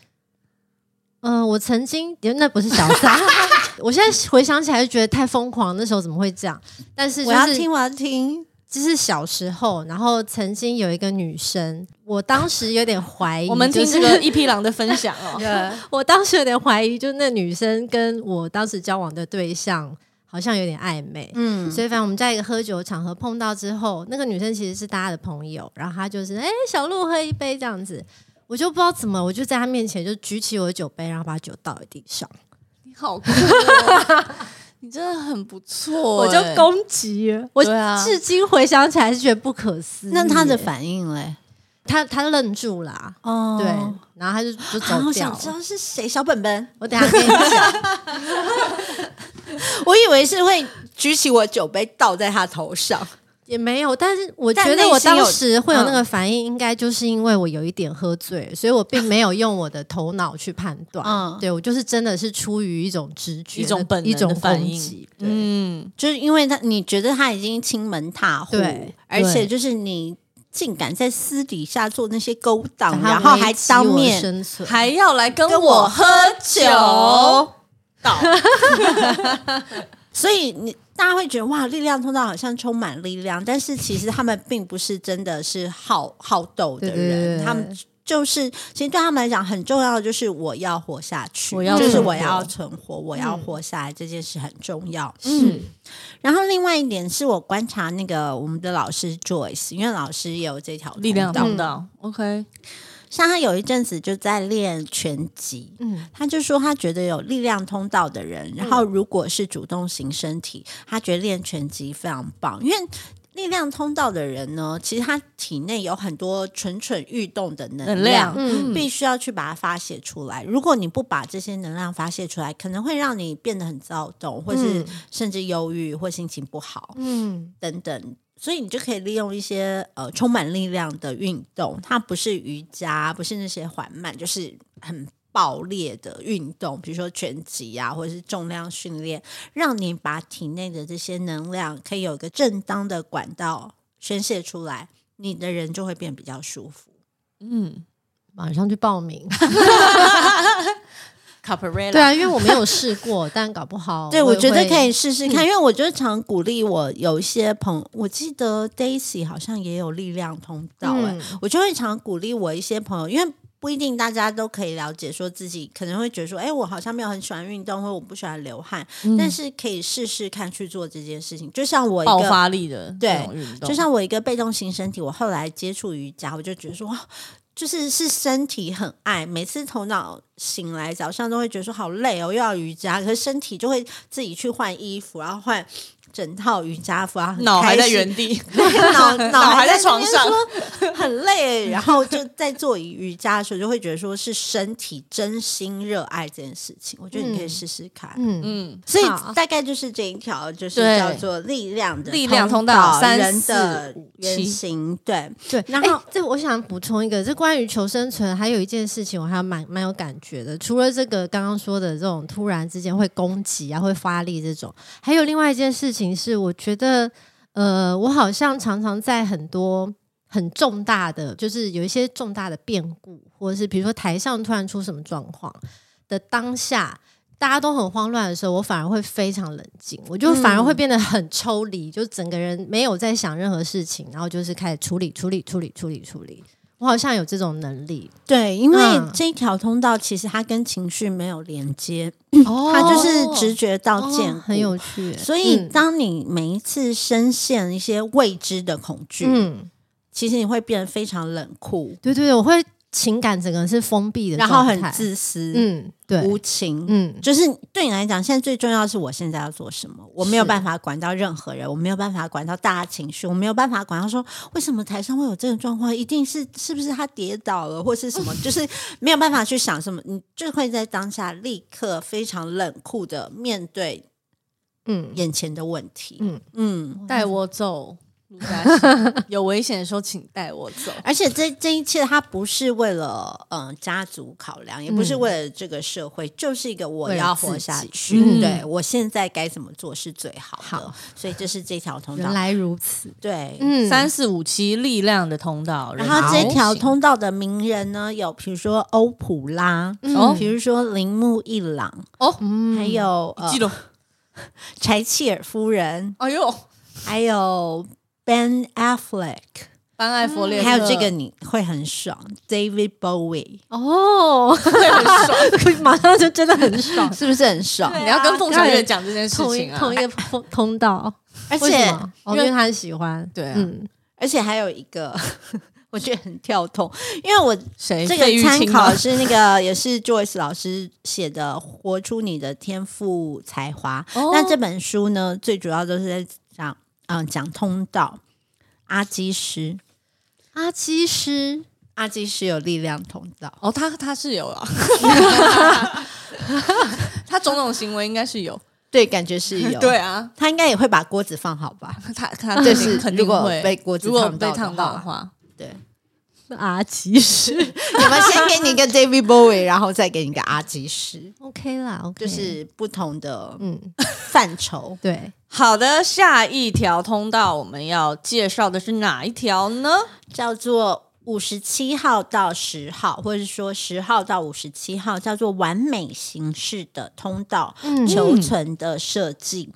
Speaker 1: 嗯、我曾经那不是小三， 我现在回想起来就觉得太疯狂，那时候怎么会这样？但是就
Speaker 2: 我要
Speaker 1: 是
Speaker 2: 听，我要听。
Speaker 1: 就是小时候，然后曾经有一个女生，我当时有点怀疑，
Speaker 3: 我们听
Speaker 1: 就
Speaker 3: 这
Speaker 1: 是
Speaker 3: 个一匹狼的分享 哦。
Speaker 2: 对，
Speaker 1: 我当时有点怀疑，就那女生跟我当时交往的对象好像有点暧昧。
Speaker 2: 嗯，
Speaker 1: 所以，反正我们在一个喝酒场合碰到之后，那个女生其实是大家的朋友，然后她就是哎、小鹿喝一杯这样子，我就不知道怎么，我就在她面前就举起我的酒杯，然后把酒倒在地上，
Speaker 3: 你好酷哦， 你真的很不错。
Speaker 1: 我就
Speaker 3: 哎
Speaker 1: 攻击了。我
Speaker 3: 对啊
Speaker 1: 至今回想起来是觉得不可思议。
Speaker 2: 那他的
Speaker 1: 反，
Speaker 2: 反应嘞？
Speaker 1: 她她愣住了啊、
Speaker 2: 哦
Speaker 1: 对，然后她就就
Speaker 2: 啊
Speaker 1: 走
Speaker 2: 我
Speaker 1: 掉
Speaker 2: 想
Speaker 1: 了。
Speaker 2: 知道是谁，小本本。
Speaker 1: 我等一下跟你讲，
Speaker 2: 我以为是会举起我酒杯倒在他头上。
Speaker 1: 也没有，但是我
Speaker 2: 但
Speaker 1: 觉得
Speaker 2: 内
Speaker 1: 我
Speaker 2: 心
Speaker 1: 当
Speaker 2: 有
Speaker 1: 时会有那
Speaker 2: 嗯
Speaker 1: 个反应，应该就是因为我有一点喝醉，所以我并没有用我的头脑去判断。
Speaker 2: 嗯
Speaker 1: 对我就是真的是出于一种直觉
Speaker 3: 一
Speaker 1: 的、
Speaker 3: 种本能
Speaker 1: 一种
Speaker 3: 的反
Speaker 1: 攻
Speaker 3: 应
Speaker 1: 击对
Speaker 3: 嗯，
Speaker 2: 就是因为他，你觉得他已经亲门踏户
Speaker 1: 对，
Speaker 2: 而且
Speaker 3: 对
Speaker 2: 就是你竟敢在私底下做那些勾
Speaker 1: 想
Speaker 2: 当，
Speaker 1: 它
Speaker 2: 然后
Speaker 1: 危
Speaker 2: 还
Speaker 1: 及
Speaker 2: 当
Speaker 1: 我的
Speaker 2: 面
Speaker 1: 生存。
Speaker 3: 还要来跟
Speaker 2: 跟我
Speaker 3: 我喝
Speaker 2: 喝
Speaker 3: 酒，
Speaker 2: 倒， 所以你大家会觉得哇，力量通道好像充满力量，但是其实他们并不是真的是好好斗的
Speaker 1: 对
Speaker 2: 人，
Speaker 1: 对对对
Speaker 2: 他们。就是，其实对他们来讲很重要的就是我要活下去，
Speaker 3: 我要
Speaker 2: 就是
Speaker 1: 存
Speaker 2: 我
Speaker 1: 活嗯
Speaker 2: 要存活，我要活下来、这件事很重要。
Speaker 3: 是
Speaker 2: 然后另外一点是我观察那个我们的老师 Joyce，因为老师也有这条
Speaker 3: 力量
Speaker 2: 通道
Speaker 3: 当道。OK，
Speaker 2: 像他有一阵子就在练拳击，
Speaker 1: 嗯，
Speaker 2: 他就说他觉得有力量通道的人，然
Speaker 3: 嗯
Speaker 2: 后如果是主动型身体，他觉得练拳击非常棒，因为。力量通道的人呢，其实他体内有很多蠢蠢欲动的能
Speaker 3: 能量，嗯，
Speaker 2: 必须要去把它发泄出来。如果你不把这些能量发泄出来，可能会让你变得很躁动，或是
Speaker 1: 嗯
Speaker 2: 甚至忧郁，或心情不好
Speaker 1: 嗯，
Speaker 2: 等等。所以你就可以利用一些呃充满力量的运动，它不是瑜伽，不是那些缓慢，就是很爆裂的运动，比如说拳击啊，或者是重量训练，让你把体内的这些能量可以有一个正当的管道宣泄出来，你的人就会变比较舒服。
Speaker 3: 嗯
Speaker 1: 马上去报名。
Speaker 3: ，Caparella，
Speaker 1: 对啊，因为我没有试过，但搞不好
Speaker 2: 对，
Speaker 1: 哦我
Speaker 2: 我
Speaker 1: 也
Speaker 2: 觉得
Speaker 1: 会嗯
Speaker 2: 可以试试看，因为我觉得常鼓励我有一些朋我记得 Daisy 好像也有力量通道、欸，
Speaker 1: 嗯
Speaker 2: 我就会常鼓励我一些朋友，因为。不一定大家都可以了解，说自己可能会觉得说，哎、我好像没有很喜欢运动，或我不喜欢流汗，
Speaker 3: 嗯
Speaker 2: 但是可以试试看去做这件事情。就像我一
Speaker 3: 爆
Speaker 2: 个
Speaker 3: 发力的
Speaker 2: 对
Speaker 3: 这种运动，
Speaker 2: 就像我一个被动型身体，我后来接触瑜伽，我就觉得说，哇就是是身体很爱，每次头脑醒来早上都会觉得说好累哦，又要瑜伽，可是身体就会自己去换衣服，然后换整套瑜伽服，然后很
Speaker 3: 脑还
Speaker 2: 开
Speaker 3: 在
Speaker 2: 心
Speaker 3: 原地，
Speaker 2: 脑
Speaker 3: 脑还在
Speaker 2: 在
Speaker 3: 床上
Speaker 2: 那边说很累， 然后就在做瑜伽的时候，就会觉得说是身体真心热爱这件事情。我觉得你可以试试看。
Speaker 1: 嗯，
Speaker 3: 嗯，
Speaker 2: 所以
Speaker 1: 好
Speaker 2: 大概就是这一条，就是
Speaker 3: 对
Speaker 2: 叫做力量的
Speaker 3: 力量通道
Speaker 2: 道，
Speaker 3: 三
Speaker 2: 人
Speaker 3: 四
Speaker 2: 的
Speaker 3: 五
Speaker 2: 原
Speaker 3: 七
Speaker 2: 型。对，
Speaker 1: 对。
Speaker 2: 然
Speaker 1: 哎
Speaker 2: 后
Speaker 1: 这我想补充一个，这关于求生存，还有一件事情我还蛮蛮有感觉的。除了这个刚刚说的这种突然之间会攻击啊、会发力这种，还有另外一件事情是，我觉得呃，我好像常常在很多很重大的，就是有一些重大的变故，或者是比如说台上突然出什么状况的当下。大家都很慌乱的时候，我反而会非常冷静，我就反而会变得很抽离，就整个人没有在想任何事情，然后就是开始处理、处理、处理、处理、处理。我好像有这种能力，
Speaker 2: 对，因为
Speaker 1: 嗯
Speaker 2: 这一条通道其实它跟情绪没有连接，
Speaker 3: 哦
Speaker 2: 它就是直觉到
Speaker 1: 哦
Speaker 2: 见、
Speaker 1: 很有。趣耶。
Speaker 2: 所以，
Speaker 1: 嗯
Speaker 2: 当你每一次深陷一些未知的恐惧，
Speaker 1: 嗯，
Speaker 2: 其实你会变得非常冷酷，
Speaker 1: 对对对，我会情感整个是封闭的
Speaker 2: 然
Speaker 1: 状
Speaker 2: 后
Speaker 1: 态，
Speaker 2: 很自私，
Speaker 1: 嗯，对，
Speaker 2: 无情。
Speaker 1: 嗯，
Speaker 2: 就是对你来讲，现在最重要的是我现在要做什么。我没有
Speaker 1: 是
Speaker 2: 办法管到任何人，我没有办法管到大家情绪，我没有办法管到说为什么台上会有这种状况，一定是是不是他跌倒了或是 什么，就是没有办法去想什么，你就会在当下立刻非常冷酷的面对
Speaker 1: 嗯，
Speaker 2: 眼前的问题。嗯
Speaker 1: 嗯
Speaker 2: 嗯，
Speaker 3: 带我 走，卢嘉欣有危险的时候请带我 走。
Speaker 2: 而且这这一切，它不是为了嗯、呃家族考量，也不是为了这个社会，就是一个我
Speaker 1: 嗯为了
Speaker 2: 要
Speaker 1: 自
Speaker 2: 活下
Speaker 1: 己
Speaker 2: 去，
Speaker 3: 嗯
Speaker 2: 对我现在该怎么做是最好的。
Speaker 1: 好
Speaker 2: 所以这是这条通
Speaker 1: 原
Speaker 2: 道，
Speaker 1: 来如此，
Speaker 2: 对。
Speaker 1: 嗯，
Speaker 3: 三四五七力量的通道，
Speaker 2: 然后啊这
Speaker 3: 人
Speaker 2: 条
Speaker 3: 行
Speaker 2: 通道的名人呢，有比如说欧普拉，
Speaker 3: 哦
Speaker 2: 比如说铃木一朗，
Speaker 3: 哦，
Speaker 1: 嗯
Speaker 2: 还有呃
Speaker 3: 记得
Speaker 2: 柴契尔夫人，
Speaker 3: 哎呦，
Speaker 2: 还有 Ben Affleck，
Speaker 3: 班艾佛列特，
Speaker 2: 嗯还有这个 你会很爽，David Bowie，
Speaker 1: 哦， 马上就真的很爽，
Speaker 2: 是不是很爽？
Speaker 3: 你要跟凤小月讲这件事
Speaker 1: 同一
Speaker 3: 情啊，
Speaker 1: 同一个通通道，
Speaker 2: 而
Speaker 1: 为
Speaker 2: 且
Speaker 1: 什么哦因为他很喜欢，
Speaker 3: 对啊
Speaker 1: 嗯，
Speaker 2: 而且还有一个， 我觉得很跳痛，因为我
Speaker 3: 谁
Speaker 2: 这
Speaker 3: 哎费玉
Speaker 2: 个参
Speaker 3: 清啊吗
Speaker 2: 考是那个也是 Joyce 老师写的《活出你的天赋才华》
Speaker 3: 哦
Speaker 2: 那这本书呢，最主要都是在讲嗯、讲通道。阿基师，
Speaker 1: 阿基师，
Speaker 2: 阿基师有力量通道。
Speaker 3: 哦，他他是有 啊，他种种行为应该是有，
Speaker 2: 对，感觉是有。
Speaker 3: 对，啊，
Speaker 2: 他应该也会把锅子放好吧？
Speaker 3: 他他
Speaker 2: 就
Speaker 3: 肯
Speaker 2: 是
Speaker 3: 定肯
Speaker 2: 如
Speaker 3: 定
Speaker 2: 果
Speaker 3: 会
Speaker 2: 被锅子
Speaker 3: 如果
Speaker 2: 烫到
Speaker 3: 被
Speaker 2: 的
Speaker 3: 烫到的
Speaker 2: 话
Speaker 3: 话，
Speaker 2: 对，
Speaker 1: 阿基师
Speaker 2: 我们先给你一个 David Bowie，然后再给你一个阿基师，
Speaker 1: ，OK 啦，OK，
Speaker 2: 就是不同的
Speaker 1: 嗯，
Speaker 2: 范畴。
Speaker 1: 对，
Speaker 3: 好的，下一条通道我们要介绍的是哪一条呢？
Speaker 2: 叫做五十七号到十号，或者说十号到五十七号，叫做完美形式的通道
Speaker 1: 嗯
Speaker 2: 求存的设计。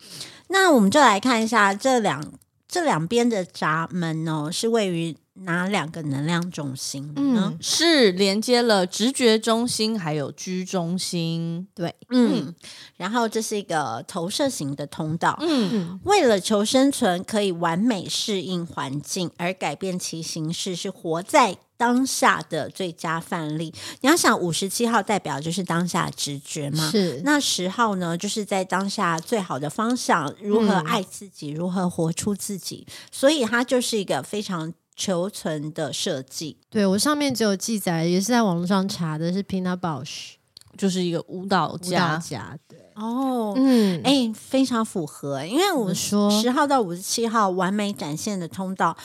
Speaker 2: 那我们就来看一下这两这两边的闸门哦，是位于哪两个能量中心呢？
Speaker 1: 嗯
Speaker 3: 是连接了直觉中心还有居中心，
Speaker 1: 对，
Speaker 2: 嗯然后这是一个投射型的通道。
Speaker 3: 嗯，
Speaker 1: 嗯
Speaker 2: 为了求生存，可以完美适应环境而改变其形式，是活在当下的最佳范例。你要想，五十七号代表就是当下的直觉嘛。
Speaker 1: 是，
Speaker 2: 那十号呢，就是在当下最好的方向，如何爱自己，如何活出自己，所以它就是一个非常求存的设计。
Speaker 1: 对我上面只有记载，也是在网络上查的，是 Pina Bausch
Speaker 3: 就是一个舞蹈
Speaker 1: 舞蹈
Speaker 3: 家，
Speaker 1: 家，对，
Speaker 2: 哦，
Speaker 1: 嗯，
Speaker 2: 哎、非常符合，因为我
Speaker 1: 我
Speaker 2: 们
Speaker 1: 说
Speaker 2: 十号到五十七号完美展现的通道，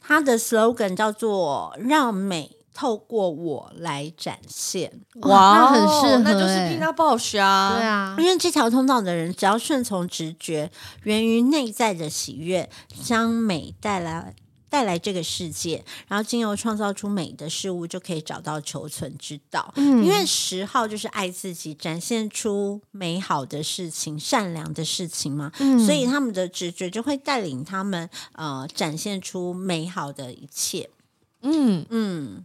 Speaker 2: 它的 slogan 叫做“让美透过我来展现
Speaker 1: 哇那很
Speaker 3: 哦
Speaker 1: 适合
Speaker 3: 那就是
Speaker 1: 欸
Speaker 3: Pina Bausch 啊，
Speaker 1: 对，啊”。
Speaker 2: 因，为这条通道的人，只要顺从直觉，源于内在的喜悦，将美带来带来这个世界，然后经由创造出美的事物，就可以找到求存之道。因为十号就是爱自己，展现出美好的事情、善良的事情嘛。所以他们的直觉就会带领他们呃展现出美好的一切。
Speaker 3: 嗯，
Speaker 2: 嗯，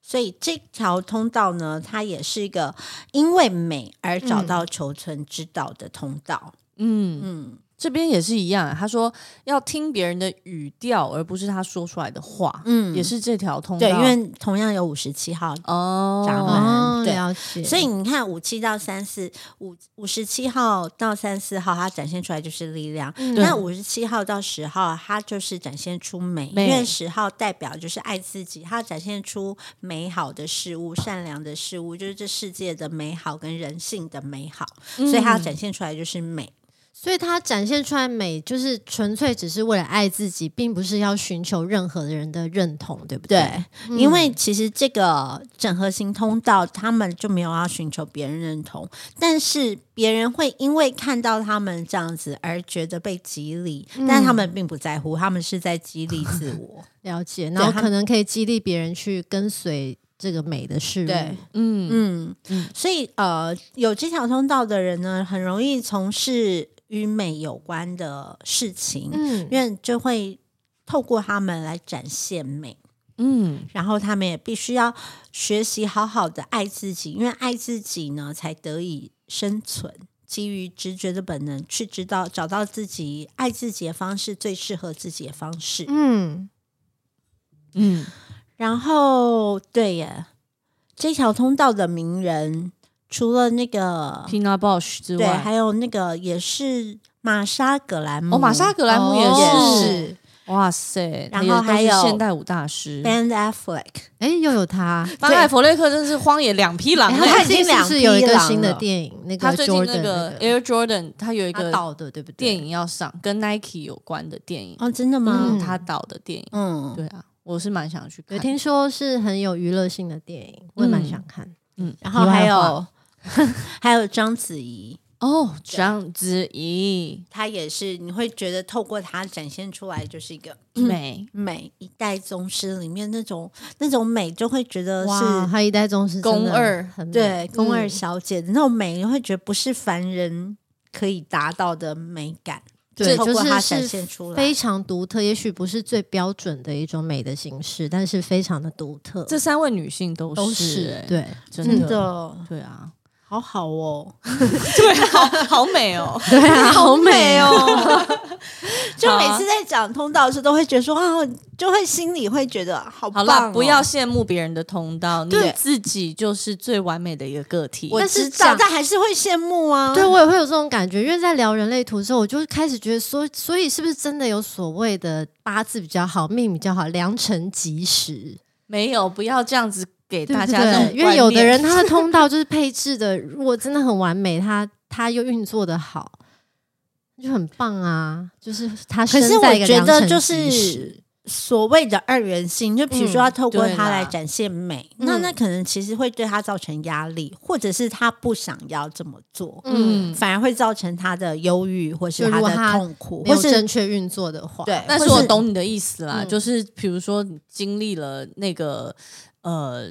Speaker 2: 所以这条通道呢，它也是一个因为美而找到求存之道的通道。
Speaker 3: 嗯，
Speaker 2: 嗯，
Speaker 3: 这边也是一样，他说要听别人的语调，而不是他说出来的话，嗯，也是这条通道。
Speaker 2: 对，因为同样有五十七号
Speaker 3: 哦，
Speaker 2: 闸门
Speaker 1: 哦，
Speaker 2: 对
Speaker 1: 了解。
Speaker 2: 所以你看，五七到三四五五十七号到三四号，它展现出来就是力量；
Speaker 1: 嗯
Speaker 2: 嗯那五十七号到十号，啊它就是展现出美，
Speaker 3: 美
Speaker 2: 因为十号代表就是爱自己，它展现出美好的事物、善良的事物，就是这世界的美好跟人性的美好，所以它展现出来就是美。
Speaker 1: 所以它展现出来美，就是纯粹只是为了爱自己，并不是要寻求任何人的认同，对不对？
Speaker 2: 对，嗯因为其实这个整合型通道，他们就没有要寻求别人认同，但是别人会因为看到他们这样子而觉得被激励，但他们并不在乎，他们是在激励自我。
Speaker 1: 了解，然后
Speaker 2: 他
Speaker 1: 可能可以激励别人去跟随这个美的事物。
Speaker 2: 对，
Speaker 3: 嗯，
Speaker 2: 嗯，所以呃，有这条通道的人呢，很容易从事与美有关的事情，
Speaker 1: 嗯，
Speaker 2: 因为就会透过他们来展现美。
Speaker 3: 嗯，
Speaker 2: 然后他们也必须要学习好好的爱自己，因为爱自己呢，才得以生存。基于直觉的本能，去知道找到自己爱自己的方式，最适合自己的方式。
Speaker 1: 嗯，
Speaker 3: 嗯，
Speaker 2: 然后，对耶，这条通道的名人，除了那个
Speaker 3: Pina Bausch 之
Speaker 2: 对，
Speaker 3: 外，
Speaker 2: 还有那个也是玛莎格兰姆，
Speaker 3: 哦，玛莎格兰姆也
Speaker 1: 哦
Speaker 3: 是，嗯
Speaker 2: 也是
Speaker 3: 哇塞，
Speaker 2: 然后
Speaker 3: 也都是
Speaker 2: 还有
Speaker 3: 现代舞大师
Speaker 2: Ben Affleck，
Speaker 1: 哎，又有他。
Speaker 3: 班艾弗雷克，真是荒野两匹狼
Speaker 1: 哎
Speaker 2: 哎
Speaker 3: 欸。
Speaker 1: 他
Speaker 2: 他
Speaker 1: 最
Speaker 2: 已
Speaker 1: 近
Speaker 2: 经
Speaker 1: 是不是
Speaker 2: 两
Speaker 1: 有一
Speaker 2: 批
Speaker 1: 个
Speaker 2: 狼
Speaker 1: 新的
Speaker 2: 了
Speaker 1: 电影？那
Speaker 3: 他
Speaker 1: 个
Speaker 3: 最近
Speaker 1: Jordan
Speaker 3: 那个
Speaker 1: 那个
Speaker 3: Air Jordan，他有一
Speaker 1: 他
Speaker 3: 个
Speaker 1: 导的，对不对？
Speaker 3: 电影要上，跟 Nike 有关的电影，
Speaker 2: 哦，真的
Speaker 3: 嗯，
Speaker 2: 吗？
Speaker 3: 他导的电影，
Speaker 2: 嗯，
Speaker 3: 对啊，我是蛮想去看
Speaker 1: 对，
Speaker 3: 的。
Speaker 1: 听说是很有娱乐性的电影，我也
Speaker 3: 嗯
Speaker 1: 蛮想看。
Speaker 2: 然后
Speaker 1: 题外
Speaker 2: 还有
Speaker 1: 话
Speaker 2: 还有章子怡，
Speaker 3: 哦，章子怡
Speaker 2: 她也是你会觉得透过她展现出来就是一个
Speaker 3: 嗯美
Speaker 2: 美一代宗师里面那种那种美，就会觉得
Speaker 1: 哇，
Speaker 2: 是
Speaker 1: 他一代宗师真的
Speaker 3: 宫二
Speaker 1: 很美，
Speaker 2: 对宫二
Speaker 1: 嗯
Speaker 2: 小姐的那种美，你会觉得不是凡人可以达到的美感，
Speaker 1: 对，
Speaker 2: 透
Speaker 1: 就
Speaker 2: 过她
Speaker 1: 是
Speaker 2: 展
Speaker 1: 是
Speaker 2: 现出来
Speaker 1: 非。常独特，也许不是最标准的一种美的形式，但是非常的独特。
Speaker 3: 这三位女性都
Speaker 1: 都
Speaker 3: 是
Speaker 1: 是
Speaker 3: 欸，
Speaker 1: 对，
Speaker 3: 真
Speaker 2: 真
Speaker 3: 的，
Speaker 2: 的
Speaker 3: 对啊，
Speaker 2: 好好哦，
Speaker 3: 对，好好美哦，
Speaker 1: 对 啊，好
Speaker 2: 美
Speaker 1: 哦。
Speaker 2: 哦！就
Speaker 3: 好
Speaker 2: 每
Speaker 3: 啊
Speaker 2: 次在讲通道的时候，都会觉得说啊，就会心里会觉得好
Speaker 3: 好
Speaker 2: 棒、
Speaker 3: 啦，
Speaker 2: 哦。
Speaker 3: 不要羡慕别人的通道，你
Speaker 2: 对
Speaker 3: 自己就是最完美的一个个体。
Speaker 2: 我
Speaker 1: 但是
Speaker 2: 知道，
Speaker 1: 讲
Speaker 2: 但还是会羡慕啊。
Speaker 1: 对我也会有这种感觉，因为在聊人类图之后，我就开始觉得说，所以是不是真的有所谓的八字比较好、命比较好、良辰吉时？
Speaker 3: 没有，不要这样子给
Speaker 1: 对
Speaker 3: 大
Speaker 1: 不
Speaker 3: 家那种
Speaker 1: 对？因为有的
Speaker 3: 观念
Speaker 1: 人他的通道就是配置的，如果真的很完美，他他又运作的好，那就很棒啊！就是他
Speaker 2: 可是
Speaker 1: 生在
Speaker 2: 我
Speaker 1: 一个
Speaker 2: 觉
Speaker 1: 良
Speaker 2: 得
Speaker 1: 辰
Speaker 2: 就是
Speaker 1: 吉时
Speaker 2: 所谓的二元性，就比如说要透过
Speaker 3: 对啦
Speaker 2: 它来展现美，
Speaker 1: 嗯
Speaker 2: 那那可能其实会对他造成压力，或者是他不想要这么做，
Speaker 1: 嗯，
Speaker 2: 反而会造成他的忧郁或是
Speaker 1: 就如
Speaker 2: 他
Speaker 1: 果
Speaker 2: 的
Speaker 1: 他
Speaker 2: 痛苦，
Speaker 1: 没
Speaker 2: 或
Speaker 1: 嗯有
Speaker 2: 是
Speaker 1: 正确运作的话，
Speaker 2: 对，
Speaker 3: 但是
Speaker 2: 或
Speaker 3: 我懂你的意思啦，
Speaker 1: 嗯
Speaker 3: 就是比如说你经历了那个呃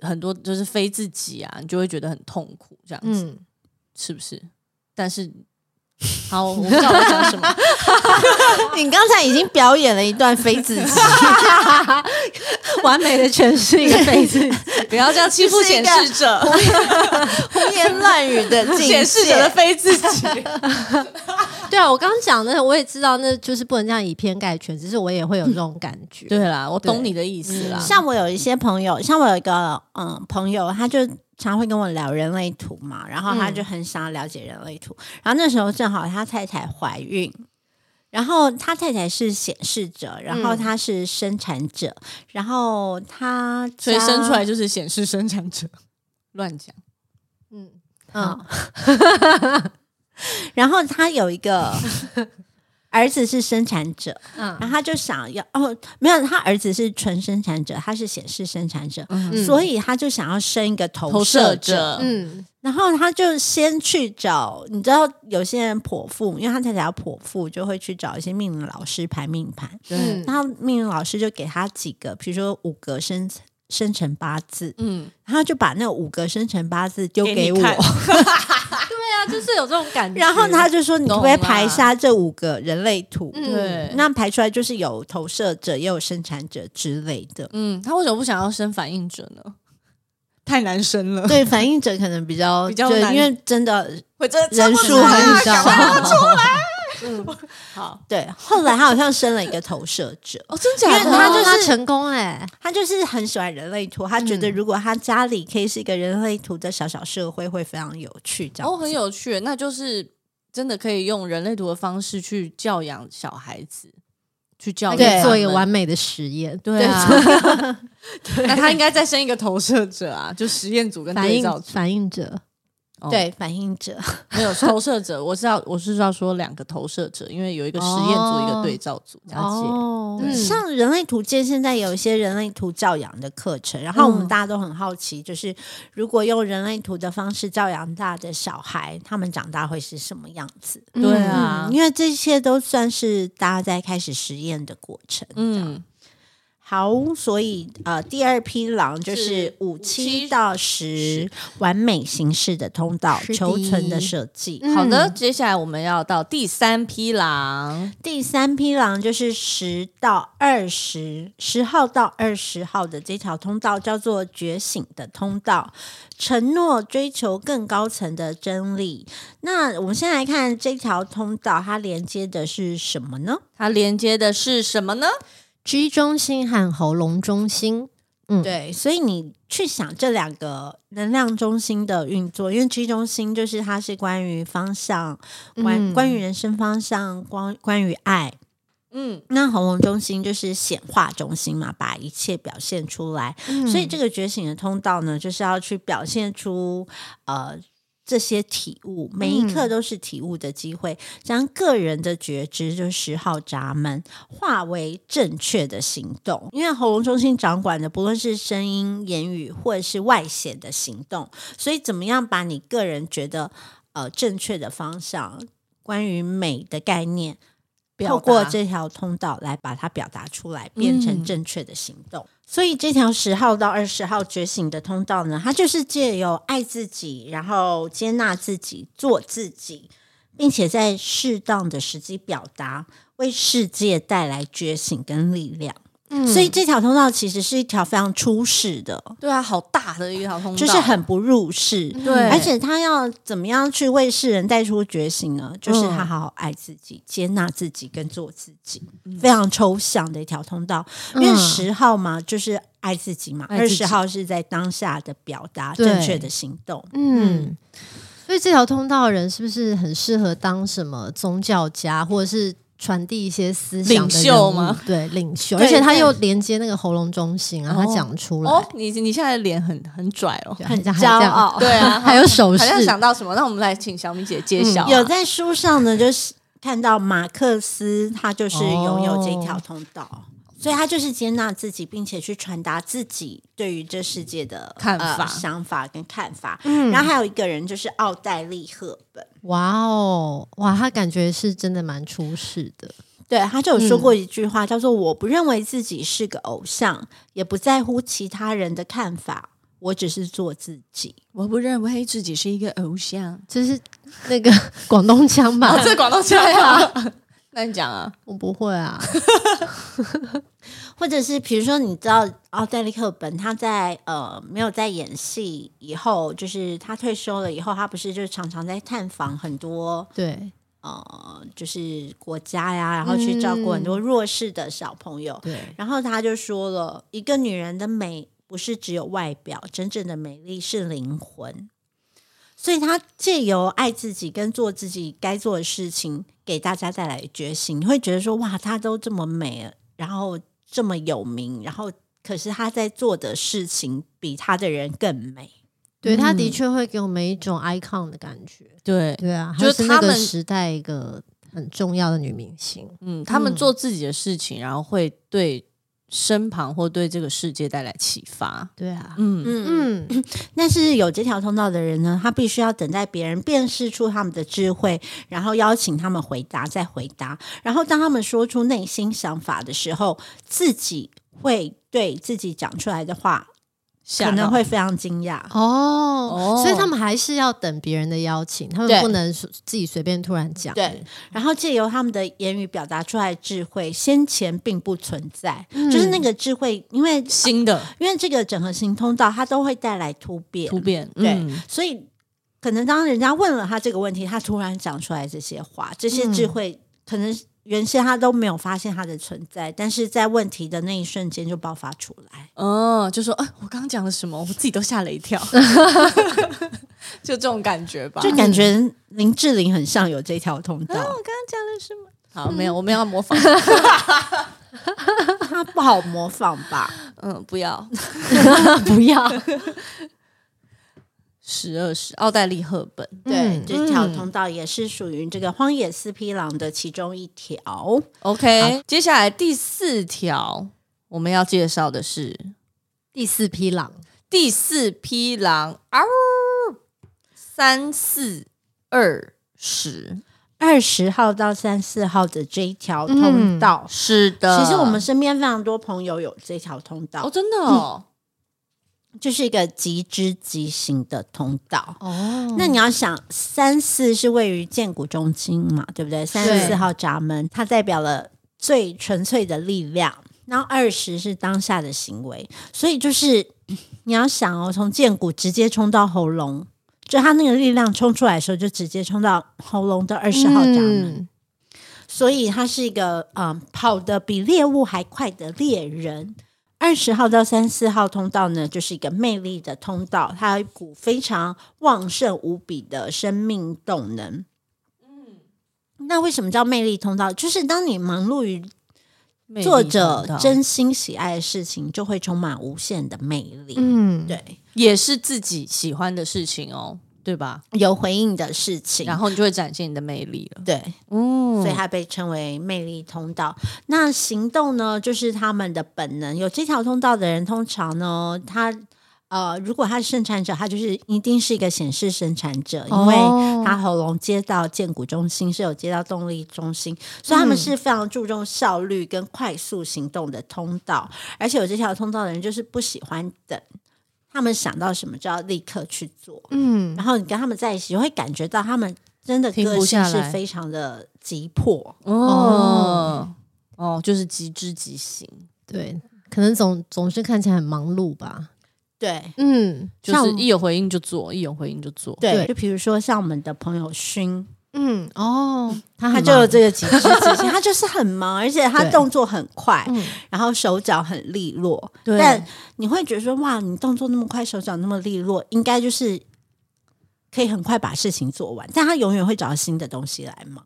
Speaker 3: 很多就是非自己啊，你就会觉得很痛苦，这样子、
Speaker 1: 嗯，
Speaker 3: 是不是？但是好，我不知道我讲 什么，
Speaker 2: 你刚才已经表演了一段非自己，
Speaker 1: 完美的诠释一个非自己，
Speaker 3: 不要这样欺负
Speaker 2: 就是一
Speaker 3: 显
Speaker 2: 个
Speaker 3: 示者，
Speaker 2: 胡言乱语的境
Speaker 3: 显示者的
Speaker 2: 界。
Speaker 3: 非自己。
Speaker 1: 对啊，我刚刚讲的，我也知道，那就是不能这样以偏概全，只是我也会有这种感 觉。
Speaker 3: 对啦，我懂你的意思啦。
Speaker 2: 像我有一些朋友，像我有一个嗯朋友，他就常会跟我聊人类图嘛，然后他
Speaker 3: 嗯
Speaker 2: 就很想要了解人类图。然后那时候正好他太太怀孕，然后他太太是显示者，然后
Speaker 1: 嗯
Speaker 2: 他是生产者，然后他家
Speaker 3: 所以生出来就是显示生产者，乱讲。
Speaker 1: 嗯，
Speaker 2: 嗯，然后他有一 个儿子是生产者，
Speaker 1: 嗯
Speaker 2: 然后他就想要哦，没有，他儿子是纯生产者，他是显示生产者，
Speaker 1: 嗯
Speaker 2: 所以他就想要生一个投
Speaker 3: 投
Speaker 2: 射者。
Speaker 3: 射者，
Speaker 1: 嗯，
Speaker 2: 然后他就先去找，你知道有些人剖腹，因为他太太要剖腹，就会去找一些命理老师排命盘。
Speaker 1: 嗯
Speaker 2: 然后命理老师就给他几个，比如说五个生生辰八字，
Speaker 3: 嗯，
Speaker 2: 然后就把那五个生辰八字丢
Speaker 3: 给
Speaker 2: 给
Speaker 3: 你
Speaker 2: 我，
Speaker 3: 看
Speaker 1: 对啊，就是有这种感觉。
Speaker 2: 然后他就说：“你可不可以
Speaker 3: 懂啦啊
Speaker 2: 排一下这五个人类图？”
Speaker 1: 嗯
Speaker 3: 对，
Speaker 2: 那排出来就是有投射者，也有生产者之类的。
Speaker 3: 嗯，他为什么不想要生反应者呢？太难生了，
Speaker 2: 对，反应者可能比较
Speaker 3: 比较
Speaker 2: 对
Speaker 3: 难
Speaker 2: 因为真的
Speaker 3: 会真的
Speaker 2: 人
Speaker 3: 撑不
Speaker 2: 数
Speaker 3: 住啊
Speaker 2: 很少，
Speaker 3: 好
Speaker 2: 对，后来他好像生了一个投射者，
Speaker 3: 哦，
Speaker 2: 因
Speaker 3: 真
Speaker 2: 为
Speaker 3: 假的？
Speaker 2: 他
Speaker 1: 哦
Speaker 2: 就是
Speaker 1: 那成功嘞，
Speaker 2: 他就是很喜欢人类图，他觉得如果他家里可以是一个人类图的小小社会，会非常有趣。这样
Speaker 3: 哦，很
Speaker 2: 子
Speaker 3: 有趣，那就是真的可以用人类图的方式去教养小孩子，去教
Speaker 1: 他
Speaker 3: 育
Speaker 1: 可
Speaker 2: 对
Speaker 1: 以
Speaker 3: 他
Speaker 1: 做一个
Speaker 3: 们
Speaker 1: 完美的实验。
Speaker 3: 对啊， 那他应该再生一个投射者啊，就实验组跟
Speaker 1: 反
Speaker 3: 对
Speaker 1: 应
Speaker 3: 照组。
Speaker 1: 反应者，
Speaker 3: 哦
Speaker 2: 对反应者，
Speaker 3: 没有投射者，我是要我是要说两个投射者，因为有一个实验组，
Speaker 1: 哦
Speaker 3: 一个对照组。了
Speaker 1: 哦
Speaker 3: 嗯
Speaker 2: 像人类图界现在有一些人类图教养的课程，然后我们
Speaker 1: 嗯
Speaker 2: 大家都很好奇，就是如果用人类图的方式教养大的小孩，他们长大会是什么样子？
Speaker 3: 解，对，啊
Speaker 2: 嗯，，因为这些都算是大家在开始实验的过程。
Speaker 3: 嗯，
Speaker 2: 好，所以呃，第二匹狼就是
Speaker 3: 是
Speaker 2: 五
Speaker 3: 七
Speaker 2: 七到十完美形式的通道
Speaker 1: 是的
Speaker 2: 求存的设计。
Speaker 1: 嗯
Speaker 3: 好的，接下来我们要到第三匹狼，
Speaker 2: 第三匹狼就是十到二十，十号到二十号的这条通道叫做觉醒的通道，承诺追求更高层的真理。那我们先来看这条通道，它连接的是什么呢？
Speaker 3: 它连接的是什么呢？
Speaker 1: G 中心和喉咙中心，嗯
Speaker 2: 对，所以你去想这两个能量中心的运作，因为 G 中心就是它是关于方向，关、
Speaker 1: 嗯
Speaker 2: 关于人生方向，关关于爱。
Speaker 3: 嗯，
Speaker 2: 那喉咙中心就是显化中心嘛，把一切表现出来。所以这个觉醒的通道呢，就是要去表现出呃这些体悟，每一刻都是体悟的机会，将个人的觉知就是十号闸门化为正确的行动。因为喉咙中心掌管的不论是声音、言语或者是外显的行动，所以怎么样把你个人觉得呃正确的方向，关于美的概念。透过这条通道来把它表达出来，变
Speaker 3: 嗯
Speaker 2: 成正确的行动。所以这条十号到二十号觉醒的通道呢，它就是借由爱自己，然后接纳自己，做自己，并且在适当的时机表达，为世界带来觉醒跟力量。
Speaker 3: 嗯
Speaker 2: 所以这条通道其实是一条非常出世的，
Speaker 3: 对啊，好大的一条通道，嗯
Speaker 2: 就是很不入世。
Speaker 3: 对，
Speaker 2: 而且他要怎么样去为世人带出觉醒呢？就是
Speaker 3: 嗯
Speaker 2: 他好好爱自己、接纳自己跟做自己，
Speaker 3: 嗯
Speaker 2: 非常抽象的一条通道。因为
Speaker 1: 嗯
Speaker 2: 十号嘛，就是爱自己嘛；
Speaker 3: 爱
Speaker 2: 二
Speaker 3: 自己
Speaker 2: 十号是在当下的表达
Speaker 1: 对
Speaker 2: 正确的行动。
Speaker 1: 嗯，所以这条通道的人是不是很适合当什么宗教家，或者是传递一些思想的
Speaker 3: 领袖
Speaker 1: 人物
Speaker 3: 吗？
Speaker 1: 对，领袖，
Speaker 2: 对
Speaker 1: 而且他又连接那个喉咙中心啊，
Speaker 3: 哦
Speaker 1: 他讲出来，
Speaker 3: 哦，你你现在脸很很拽哦，
Speaker 1: 对
Speaker 2: 很
Speaker 1: 还这
Speaker 2: 骄
Speaker 1: 样
Speaker 2: 傲
Speaker 3: 对 啊，
Speaker 1: 还有手势
Speaker 3: 好，像想到什么，那我们来请小米姐揭晓啊、
Speaker 2: 有在书上呢，就是看到马克思，他就是拥有这
Speaker 3: 哦
Speaker 2: 条通道。所以他就是接纳自己，并且去传达自己对于这世界的
Speaker 3: 看
Speaker 2: 呃
Speaker 3: 法
Speaker 2: 想法跟看法。
Speaker 1: 嗯
Speaker 2: 然后还有一个人就是奥黛丽·赫本，
Speaker 1: 哇哦，哇，他感觉是真的蛮出世的，
Speaker 2: 对，他就有说过一句话，叫做“我不认为自己是个偶像，也不在乎其他人的看法，我只是做自己。
Speaker 3: 我不认为自己是一个偶像。
Speaker 1: 就是那个广东腔吧
Speaker 3: 哦，， 这广东腔啊， 那你讲啊，
Speaker 1: 我不会啊，”
Speaker 2: 或者是比如说，你知道奥黛丽·赫本，她在呃没有在演戏以后，就是她退休了以后，她不是就常常在探访很多
Speaker 1: 对
Speaker 2: 呃就是国家呀，然后去照顾很多弱势的小朋友。
Speaker 1: 对，
Speaker 2: 然后他就说了，一个女人的美不是只有外表，真正的美丽是灵魂。所以他借由爱自己跟做自己该做的事情，给大家带来觉醒。你会觉得说，哇，她都这么美了，然后这么有名，然后可是她在做的事情比她的人更美。
Speaker 1: 对，他的
Speaker 3: 嗯
Speaker 1: 确会给我们一种 icon 的感觉。
Speaker 3: 对，
Speaker 1: 对啊，
Speaker 3: 就是
Speaker 1: 她是那
Speaker 3: 他
Speaker 1: 个
Speaker 3: 们
Speaker 1: 时代一个很重要的女明星。
Speaker 3: 嗯，他们
Speaker 1: 嗯
Speaker 3: 做自己的事情，然后会对身旁或对这个世界带来启发。
Speaker 1: 对啊，
Speaker 3: 嗯，
Speaker 2: 嗯
Speaker 1: 嗯，
Speaker 2: 但是有这条通道的人呢，他必须要等待别人辨识出他们的智慧，然后邀请他们回答，再回答。然后当他们说出内心想法的时候，自己会对自己讲出来的话，
Speaker 3: 吓
Speaker 2: 可能
Speaker 3: 到
Speaker 2: 会非常惊讶。
Speaker 1: 哦
Speaker 3: 哦
Speaker 1: 所以他们还是要等别人的邀请，他
Speaker 2: 对
Speaker 1: 们不能说自己随便突然讲。
Speaker 2: 对，然后借由他们的言语表达出来的智慧，先前并不存在，
Speaker 1: 嗯
Speaker 2: 就是那个智慧，因为
Speaker 3: 新的
Speaker 2: 因为这个整合型通道，它都会带来突变，
Speaker 3: 突变。
Speaker 2: 对，
Speaker 3: 嗯
Speaker 2: 所嗯以可能当人家问了他这个问题，他突然讲出来这些话，这些智慧可能原先他都没有发现它的存在，但是在问题的那一瞬间就爆发出来。
Speaker 3: 哦，就说，哎、我刚刚讲了什么？我自己都吓了一 跳，就这种感觉吧。
Speaker 2: 就感觉林志玲很像有这条通道，
Speaker 3: 刚刚讲了什么？嗯好，没有，我们要模仿。
Speaker 2: 她不好模仿吧？
Speaker 3: 嗯，不要。
Speaker 1: 不要，
Speaker 3: 十二十，奥黛丽·赫本。
Speaker 2: 对，
Speaker 1: 嗯
Speaker 2: 这条通道也是属于这个荒野四匹狼的其中一条。
Speaker 3: OK，接下来第四条我们要介绍的是
Speaker 1: 第四匹狼，
Speaker 3: 第四匹狼，嗷、三四二十，
Speaker 2: 二十号到三四号的这一条通道，
Speaker 3: 是的。
Speaker 2: 其实我们身边非常多朋友有这条通道，
Speaker 3: 哦，真的哦，
Speaker 2: 就是一个极之极行的通道。
Speaker 1: 哦
Speaker 2: 那你要想，三四是位于建谷中心嘛，对不对？三十四号闸门，它代表了最纯粹的力量。然后二十是当下的行为，所以就是嗯你要想哦，从建谷直接冲到喉咙，就它那个力量冲出来的时候，就直接冲到喉咙的二十号闸门。
Speaker 1: 嗯
Speaker 2: 所以他是一个嗯跑得比猎物还快的猎人。二十号到三四号通道呢，就是一个魅力的通道，它有一股非常旺盛无比的生命动能。嗯，那为什么叫魅力通道？就是当你忙碌于
Speaker 3: 魅力
Speaker 2: 做
Speaker 3: 通
Speaker 2: 着
Speaker 3: 道
Speaker 2: 真心喜爱的事情，就会充满无限的魅力。
Speaker 1: 嗯，
Speaker 2: 对，
Speaker 3: 也是自己喜欢的事情哦，对吧？
Speaker 2: 有回应的事情，
Speaker 3: 然后你就会展现你的魅力了。
Speaker 2: 对，
Speaker 3: 嗯
Speaker 2: 所以它被称为魅力通道。那行动呢，就是他们的本能。有这条通道的人，通常呢，他呃，如果他是生产者，他就是一定是一个显示生产者，因为
Speaker 1: 哦
Speaker 2: 他喉咙接到建骨中心是有接到动力中心，所以他们是非常注重效率跟快速行动的通道。而且有这条通道的人，就是不喜欢等，他们想到什么就要立刻去做。
Speaker 1: 嗯
Speaker 2: 然后你跟他们在一起，会感觉到他们真的
Speaker 3: 停不
Speaker 2: 个性
Speaker 3: 下
Speaker 2: 是
Speaker 3: 来
Speaker 2: 非常的急迫。
Speaker 3: 哦哦，就是极之极行，
Speaker 1: 对，可能总总是看起来很忙碌吧，
Speaker 2: 对
Speaker 1: 嗯
Speaker 3: 就是
Speaker 2: 像
Speaker 3: 一有回应就做，一有回应就做。
Speaker 1: 对
Speaker 2: 对，就比如说像我们的朋友勋，
Speaker 1: 嗯，哦，他
Speaker 2: 他
Speaker 1: 很
Speaker 2: 就
Speaker 1: 忙
Speaker 2: 有这个极致极限，他就是很忙，而且他
Speaker 1: 对
Speaker 2: 动作很快，
Speaker 1: 嗯
Speaker 2: 然后手脚很利落。
Speaker 3: 对
Speaker 2: 但你会觉得说，哇，你动作那么快，手脚那么利落，应该就是可以很快把事情做完。但他永远会找到新的东西来忙。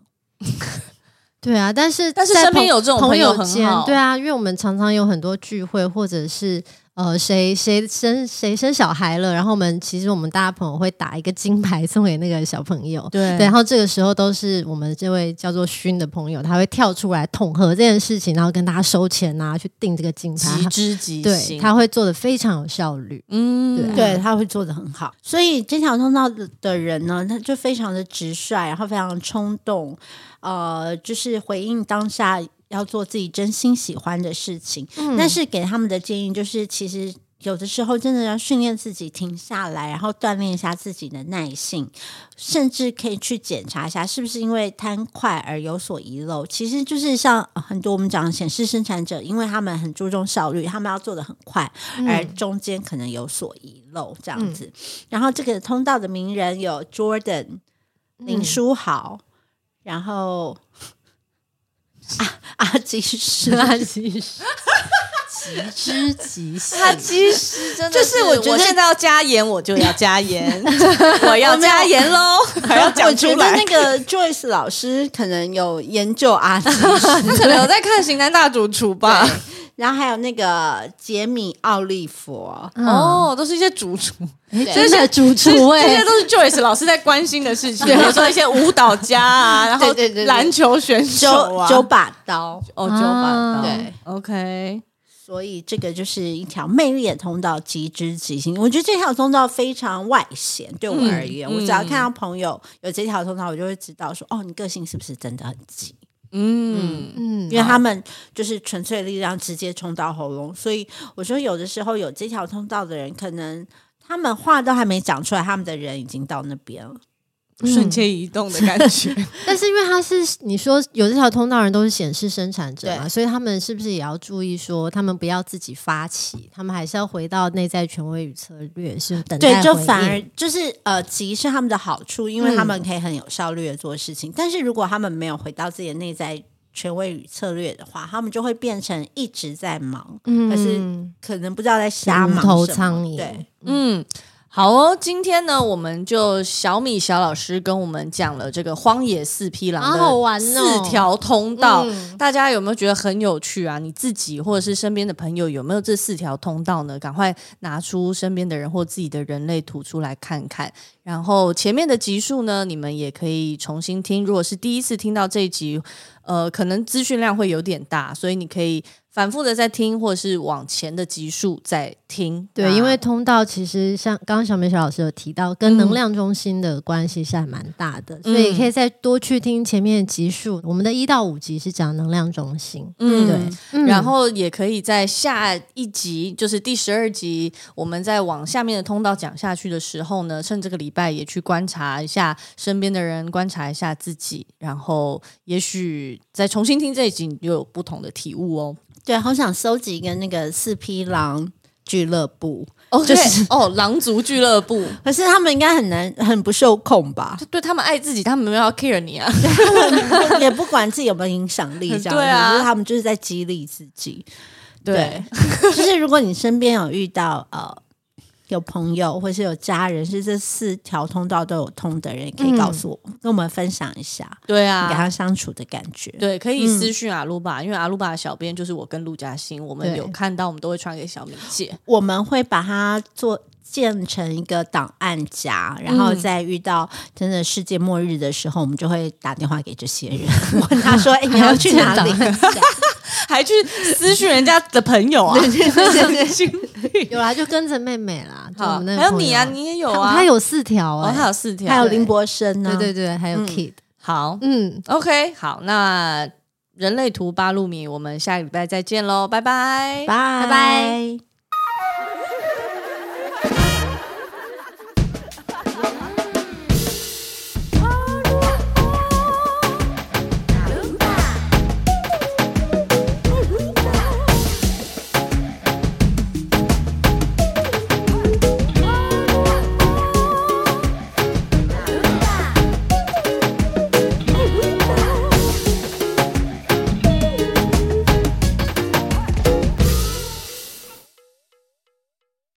Speaker 1: 对啊，但是
Speaker 3: 但是
Speaker 1: 在
Speaker 3: 身边
Speaker 1: 朋
Speaker 3: 有这种
Speaker 1: 朋
Speaker 3: 朋友
Speaker 1: 友
Speaker 3: 很
Speaker 1: 间
Speaker 3: 好，
Speaker 1: 对啊，因为我们常常有很多聚会，或者是呃谁谁生谁生小孩了，然后我们其实我们大家朋友会打一个金牌送给那个小朋友。
Speaker 3: 对
Speaker 1: 对，然后这个时候都是我们这位叫做勋的朋友，他会跳出来统合这件事情，然后跟大家收钱啊，去订这个金牌
Speaker 3: 极。之极
Speaker 1: 对，
Speaker 3: 行，
Speaker 1: 他会做的非常有效率。
Speaker 3: 嗯
Speaker 1: 对啊
Speaker 2: 对，他会做的很好。所以这条通道的的人呢，他就非常的直率，然后非常冲动，呃，就是回应当下要做自己真心喜欢的事情。但是给他们的建议就是，其实。有的时候真的要训练自己停下来，然后锻炼一下自己的耐性，甚至可以去检查一下是不是因为贪快而有所遗漏。其实就是像呃很多我们讲的显示生产者，因为他们很注重效率，他们要做的很快，
Speaker 3: 哎
Speaker 2: 而
Speaker 1: 嗯
Speaker 3: 嗯
Speaker 2: 中间可能有所遗漏这样子。然后这个通道的名人有 Jordan、林
Speaker 3: 嗯
Speaker 2: 书豪，然 后阿阿基师，
Speaker 1: 他其 实极之极限，
Speaker 3: 他其实真的
Speaker 2: 就是我觉得
Speaker 3: 现在要加盐，我就要 加盐，我要加盐喽，还要
Speaker 2: 我
Speaker 3: 讲出
Speaker 2: 觉得
Speaker 3: 来
Speaker 2: 那。个 Joyce 老师可能有研究阿基 师，
Speaker 3: 他可能有在看《型男大主厨》吧？
Speaker 2: 然后还有那个杰米奥利佛，
Speaker 3: 哦，都是一些主厨，
Speaker 1: 真的主厨
Speaker 2: 欸
Speaker 3: 这
Speaker 1: 哎
Speaker 3: 些，都是 Joyce 老师在关心的事情，比如说一些舞蹈家 啊，然后
Speaker 2: 对对对对
Speaker 3: 篮球选手
Speaker 2: 九
Speaker 3: 啊，
Speaker 2: 九把刀。
Speaker 3: 哦，九把刀，
Speaker 2: 对
Speaker 3: ，OK，
Speaker 2: 所以这个就是一条魅力的通道，极之极行。我觉得这条通道非常外显，对我而言，
Speaker 3: 嗯
Speaker 2: 我只要看到朋友有这条通道，我就会知道说，哦，你个性是不是真的很急？
Speaker 3: 嗯，
Speaker 1: 嗯
Speaker 2: 因为他们就是纯粹力量直接冲到喉咙，所以我说有的时候有这条通道的人，可能他们话都还没讲出来，他们的人已经到那边了。
Speaker 3: 瞬间移动的感觉。
Speaker 1: 但是因为它是你说有这条通道的人都是显示生产者嘛，
Speaker 2: 对
Speaker 1: 所以他们是不是也要注意说，他们不要自己发起，他们还是要回到内在权威与策略，是等待
Speaker 2: 对，就
Speaker 1: 回
Speaker 2: 反
Speaker 1: 应
Speaker 2: 而就是呃，急是他们的好处，因为他
Speaker 1: 嗯
Speaker 2: 们可以很有效率的做事情。但是如果他们没有回到自己的内在权威与策略的话，他们就会变成一直在忙，可是可能不知道在瞎
Speaker 1: 嗯无
Speaker 2: 忙
Speaker 1: 头
Speaker 2: 什么
Speaker 1: 苍蝇
Speaker 2: 对，
Speaker 3: 嗯，好哦，今天呢，我们就小米小老师跟我们讲了这个荒野四匹狼
Speaker 1: 好好
Speaker 3: 的
Speaker 1: 玩哦
Speaker 3: 四条通道，
Speaker 1: 嗯
Speaker 3: 大家有没有觉得很有趣啊？你自己或者是身边的朋友有没有这四条通道呢？赶快拿出身边的人或自己的人类图出来看看。然后前面的集数呢，你们也可以重新听。如果是第一次听到这一集，呃，可能资讯量会有点大，所以你可以反复的再听，或者是往前的集数再听。
Speaker 1: 对，
Speaker 3: 那
Speaker 1: 因为通道其实像刚刚小美小老师有提到，跟能量中心的关系是还蛮大的，所以可以再多去听前面的集数。我们的一到五集是讲能量中心，
Speaker 3: 嗯
Speaker 1: 对，嗯
Speaker 3: 然后也可以在下一集，就是第十二集，我们再往下面的通道讲下去的时候呢，趁这个礼拜也去观察一下身边的人，观察一下自己，然后也许再重新听这一集，你就有不同的体悟哦。
Speaker 2: 对，好想收集一个那个四匹狼俱乐部，
Speaker 3: 哦，
Speaker 2: 就
Speaker 3: 对
Speaker 2: 是
Speaker 3: 哦，狼族俱乐部，
Speaker 2: 可是他们应该很难，很不受控吧？
Speaker 3: 对他们爱自己，他们没有要 care 你啊。
Speaker 2: 也不管自己有没有影响力，这样子
Speaker 3: 对啊
Speaker 2: 就是他们就是在激励自己。
Speaker 3: 对，
Speaker 2: 就是如果你身边有遇到呃有朋友或是有家人是这四条通道都有通的人，也可以告诉我，
Speaker 1: 嗯
Speaker 2: 跟我们分享一下
Speaker 3: 对
Speaker 2: 你
Speaker 3: 啊，
Speaker 2: 跟他相处的感觉。
Speaker 3: 对，可以私讯阿鲁巴，因为阿鲁巴的小编就是我跟陆嘉欣，我们
Speaker 1: 对
Speaker 3: 有看到，我们都会传给小米姐。
Speaker 2: 我们会把它做建成一个档案夹，然后
Speaker 3: 嗯
Speaker 2: 在遇到真的世界末日的时候，我们就会打电话给这些人， 问他说：“哎、你要去哪里
Speaker 1: 还要？”
Speaker 3: 还去私讯人家的朋友啊，心里
Speaker 1: 有啦，就跟着妹妹啦，就我
Speaker 3: 好，
Speaker 1: 们那个
Speaker 3: 还有
Speaker 1: 朋友
Speaker 3: 你啊，你也有啊，
Speaker 1: 他有四 条
Speaker 3: 哦，
Speaker 1: 哎、
Speaker 3: 他有四条，
Speaker 2: 还有
Speaker 1: 对
Speaker 2: 林柏生呢、
Speaker 1: 对对对，还有
Speaker 2: 嗯
Speaker 1: Kid，
Speaker 3: 好
Speaker 1: 嗯，
Speaker 3: ，OK，好，那人类图八路米，我们下个礼拜再见喽，拜拜，
Speaker 2: 拜
Speaker 1: 拜拜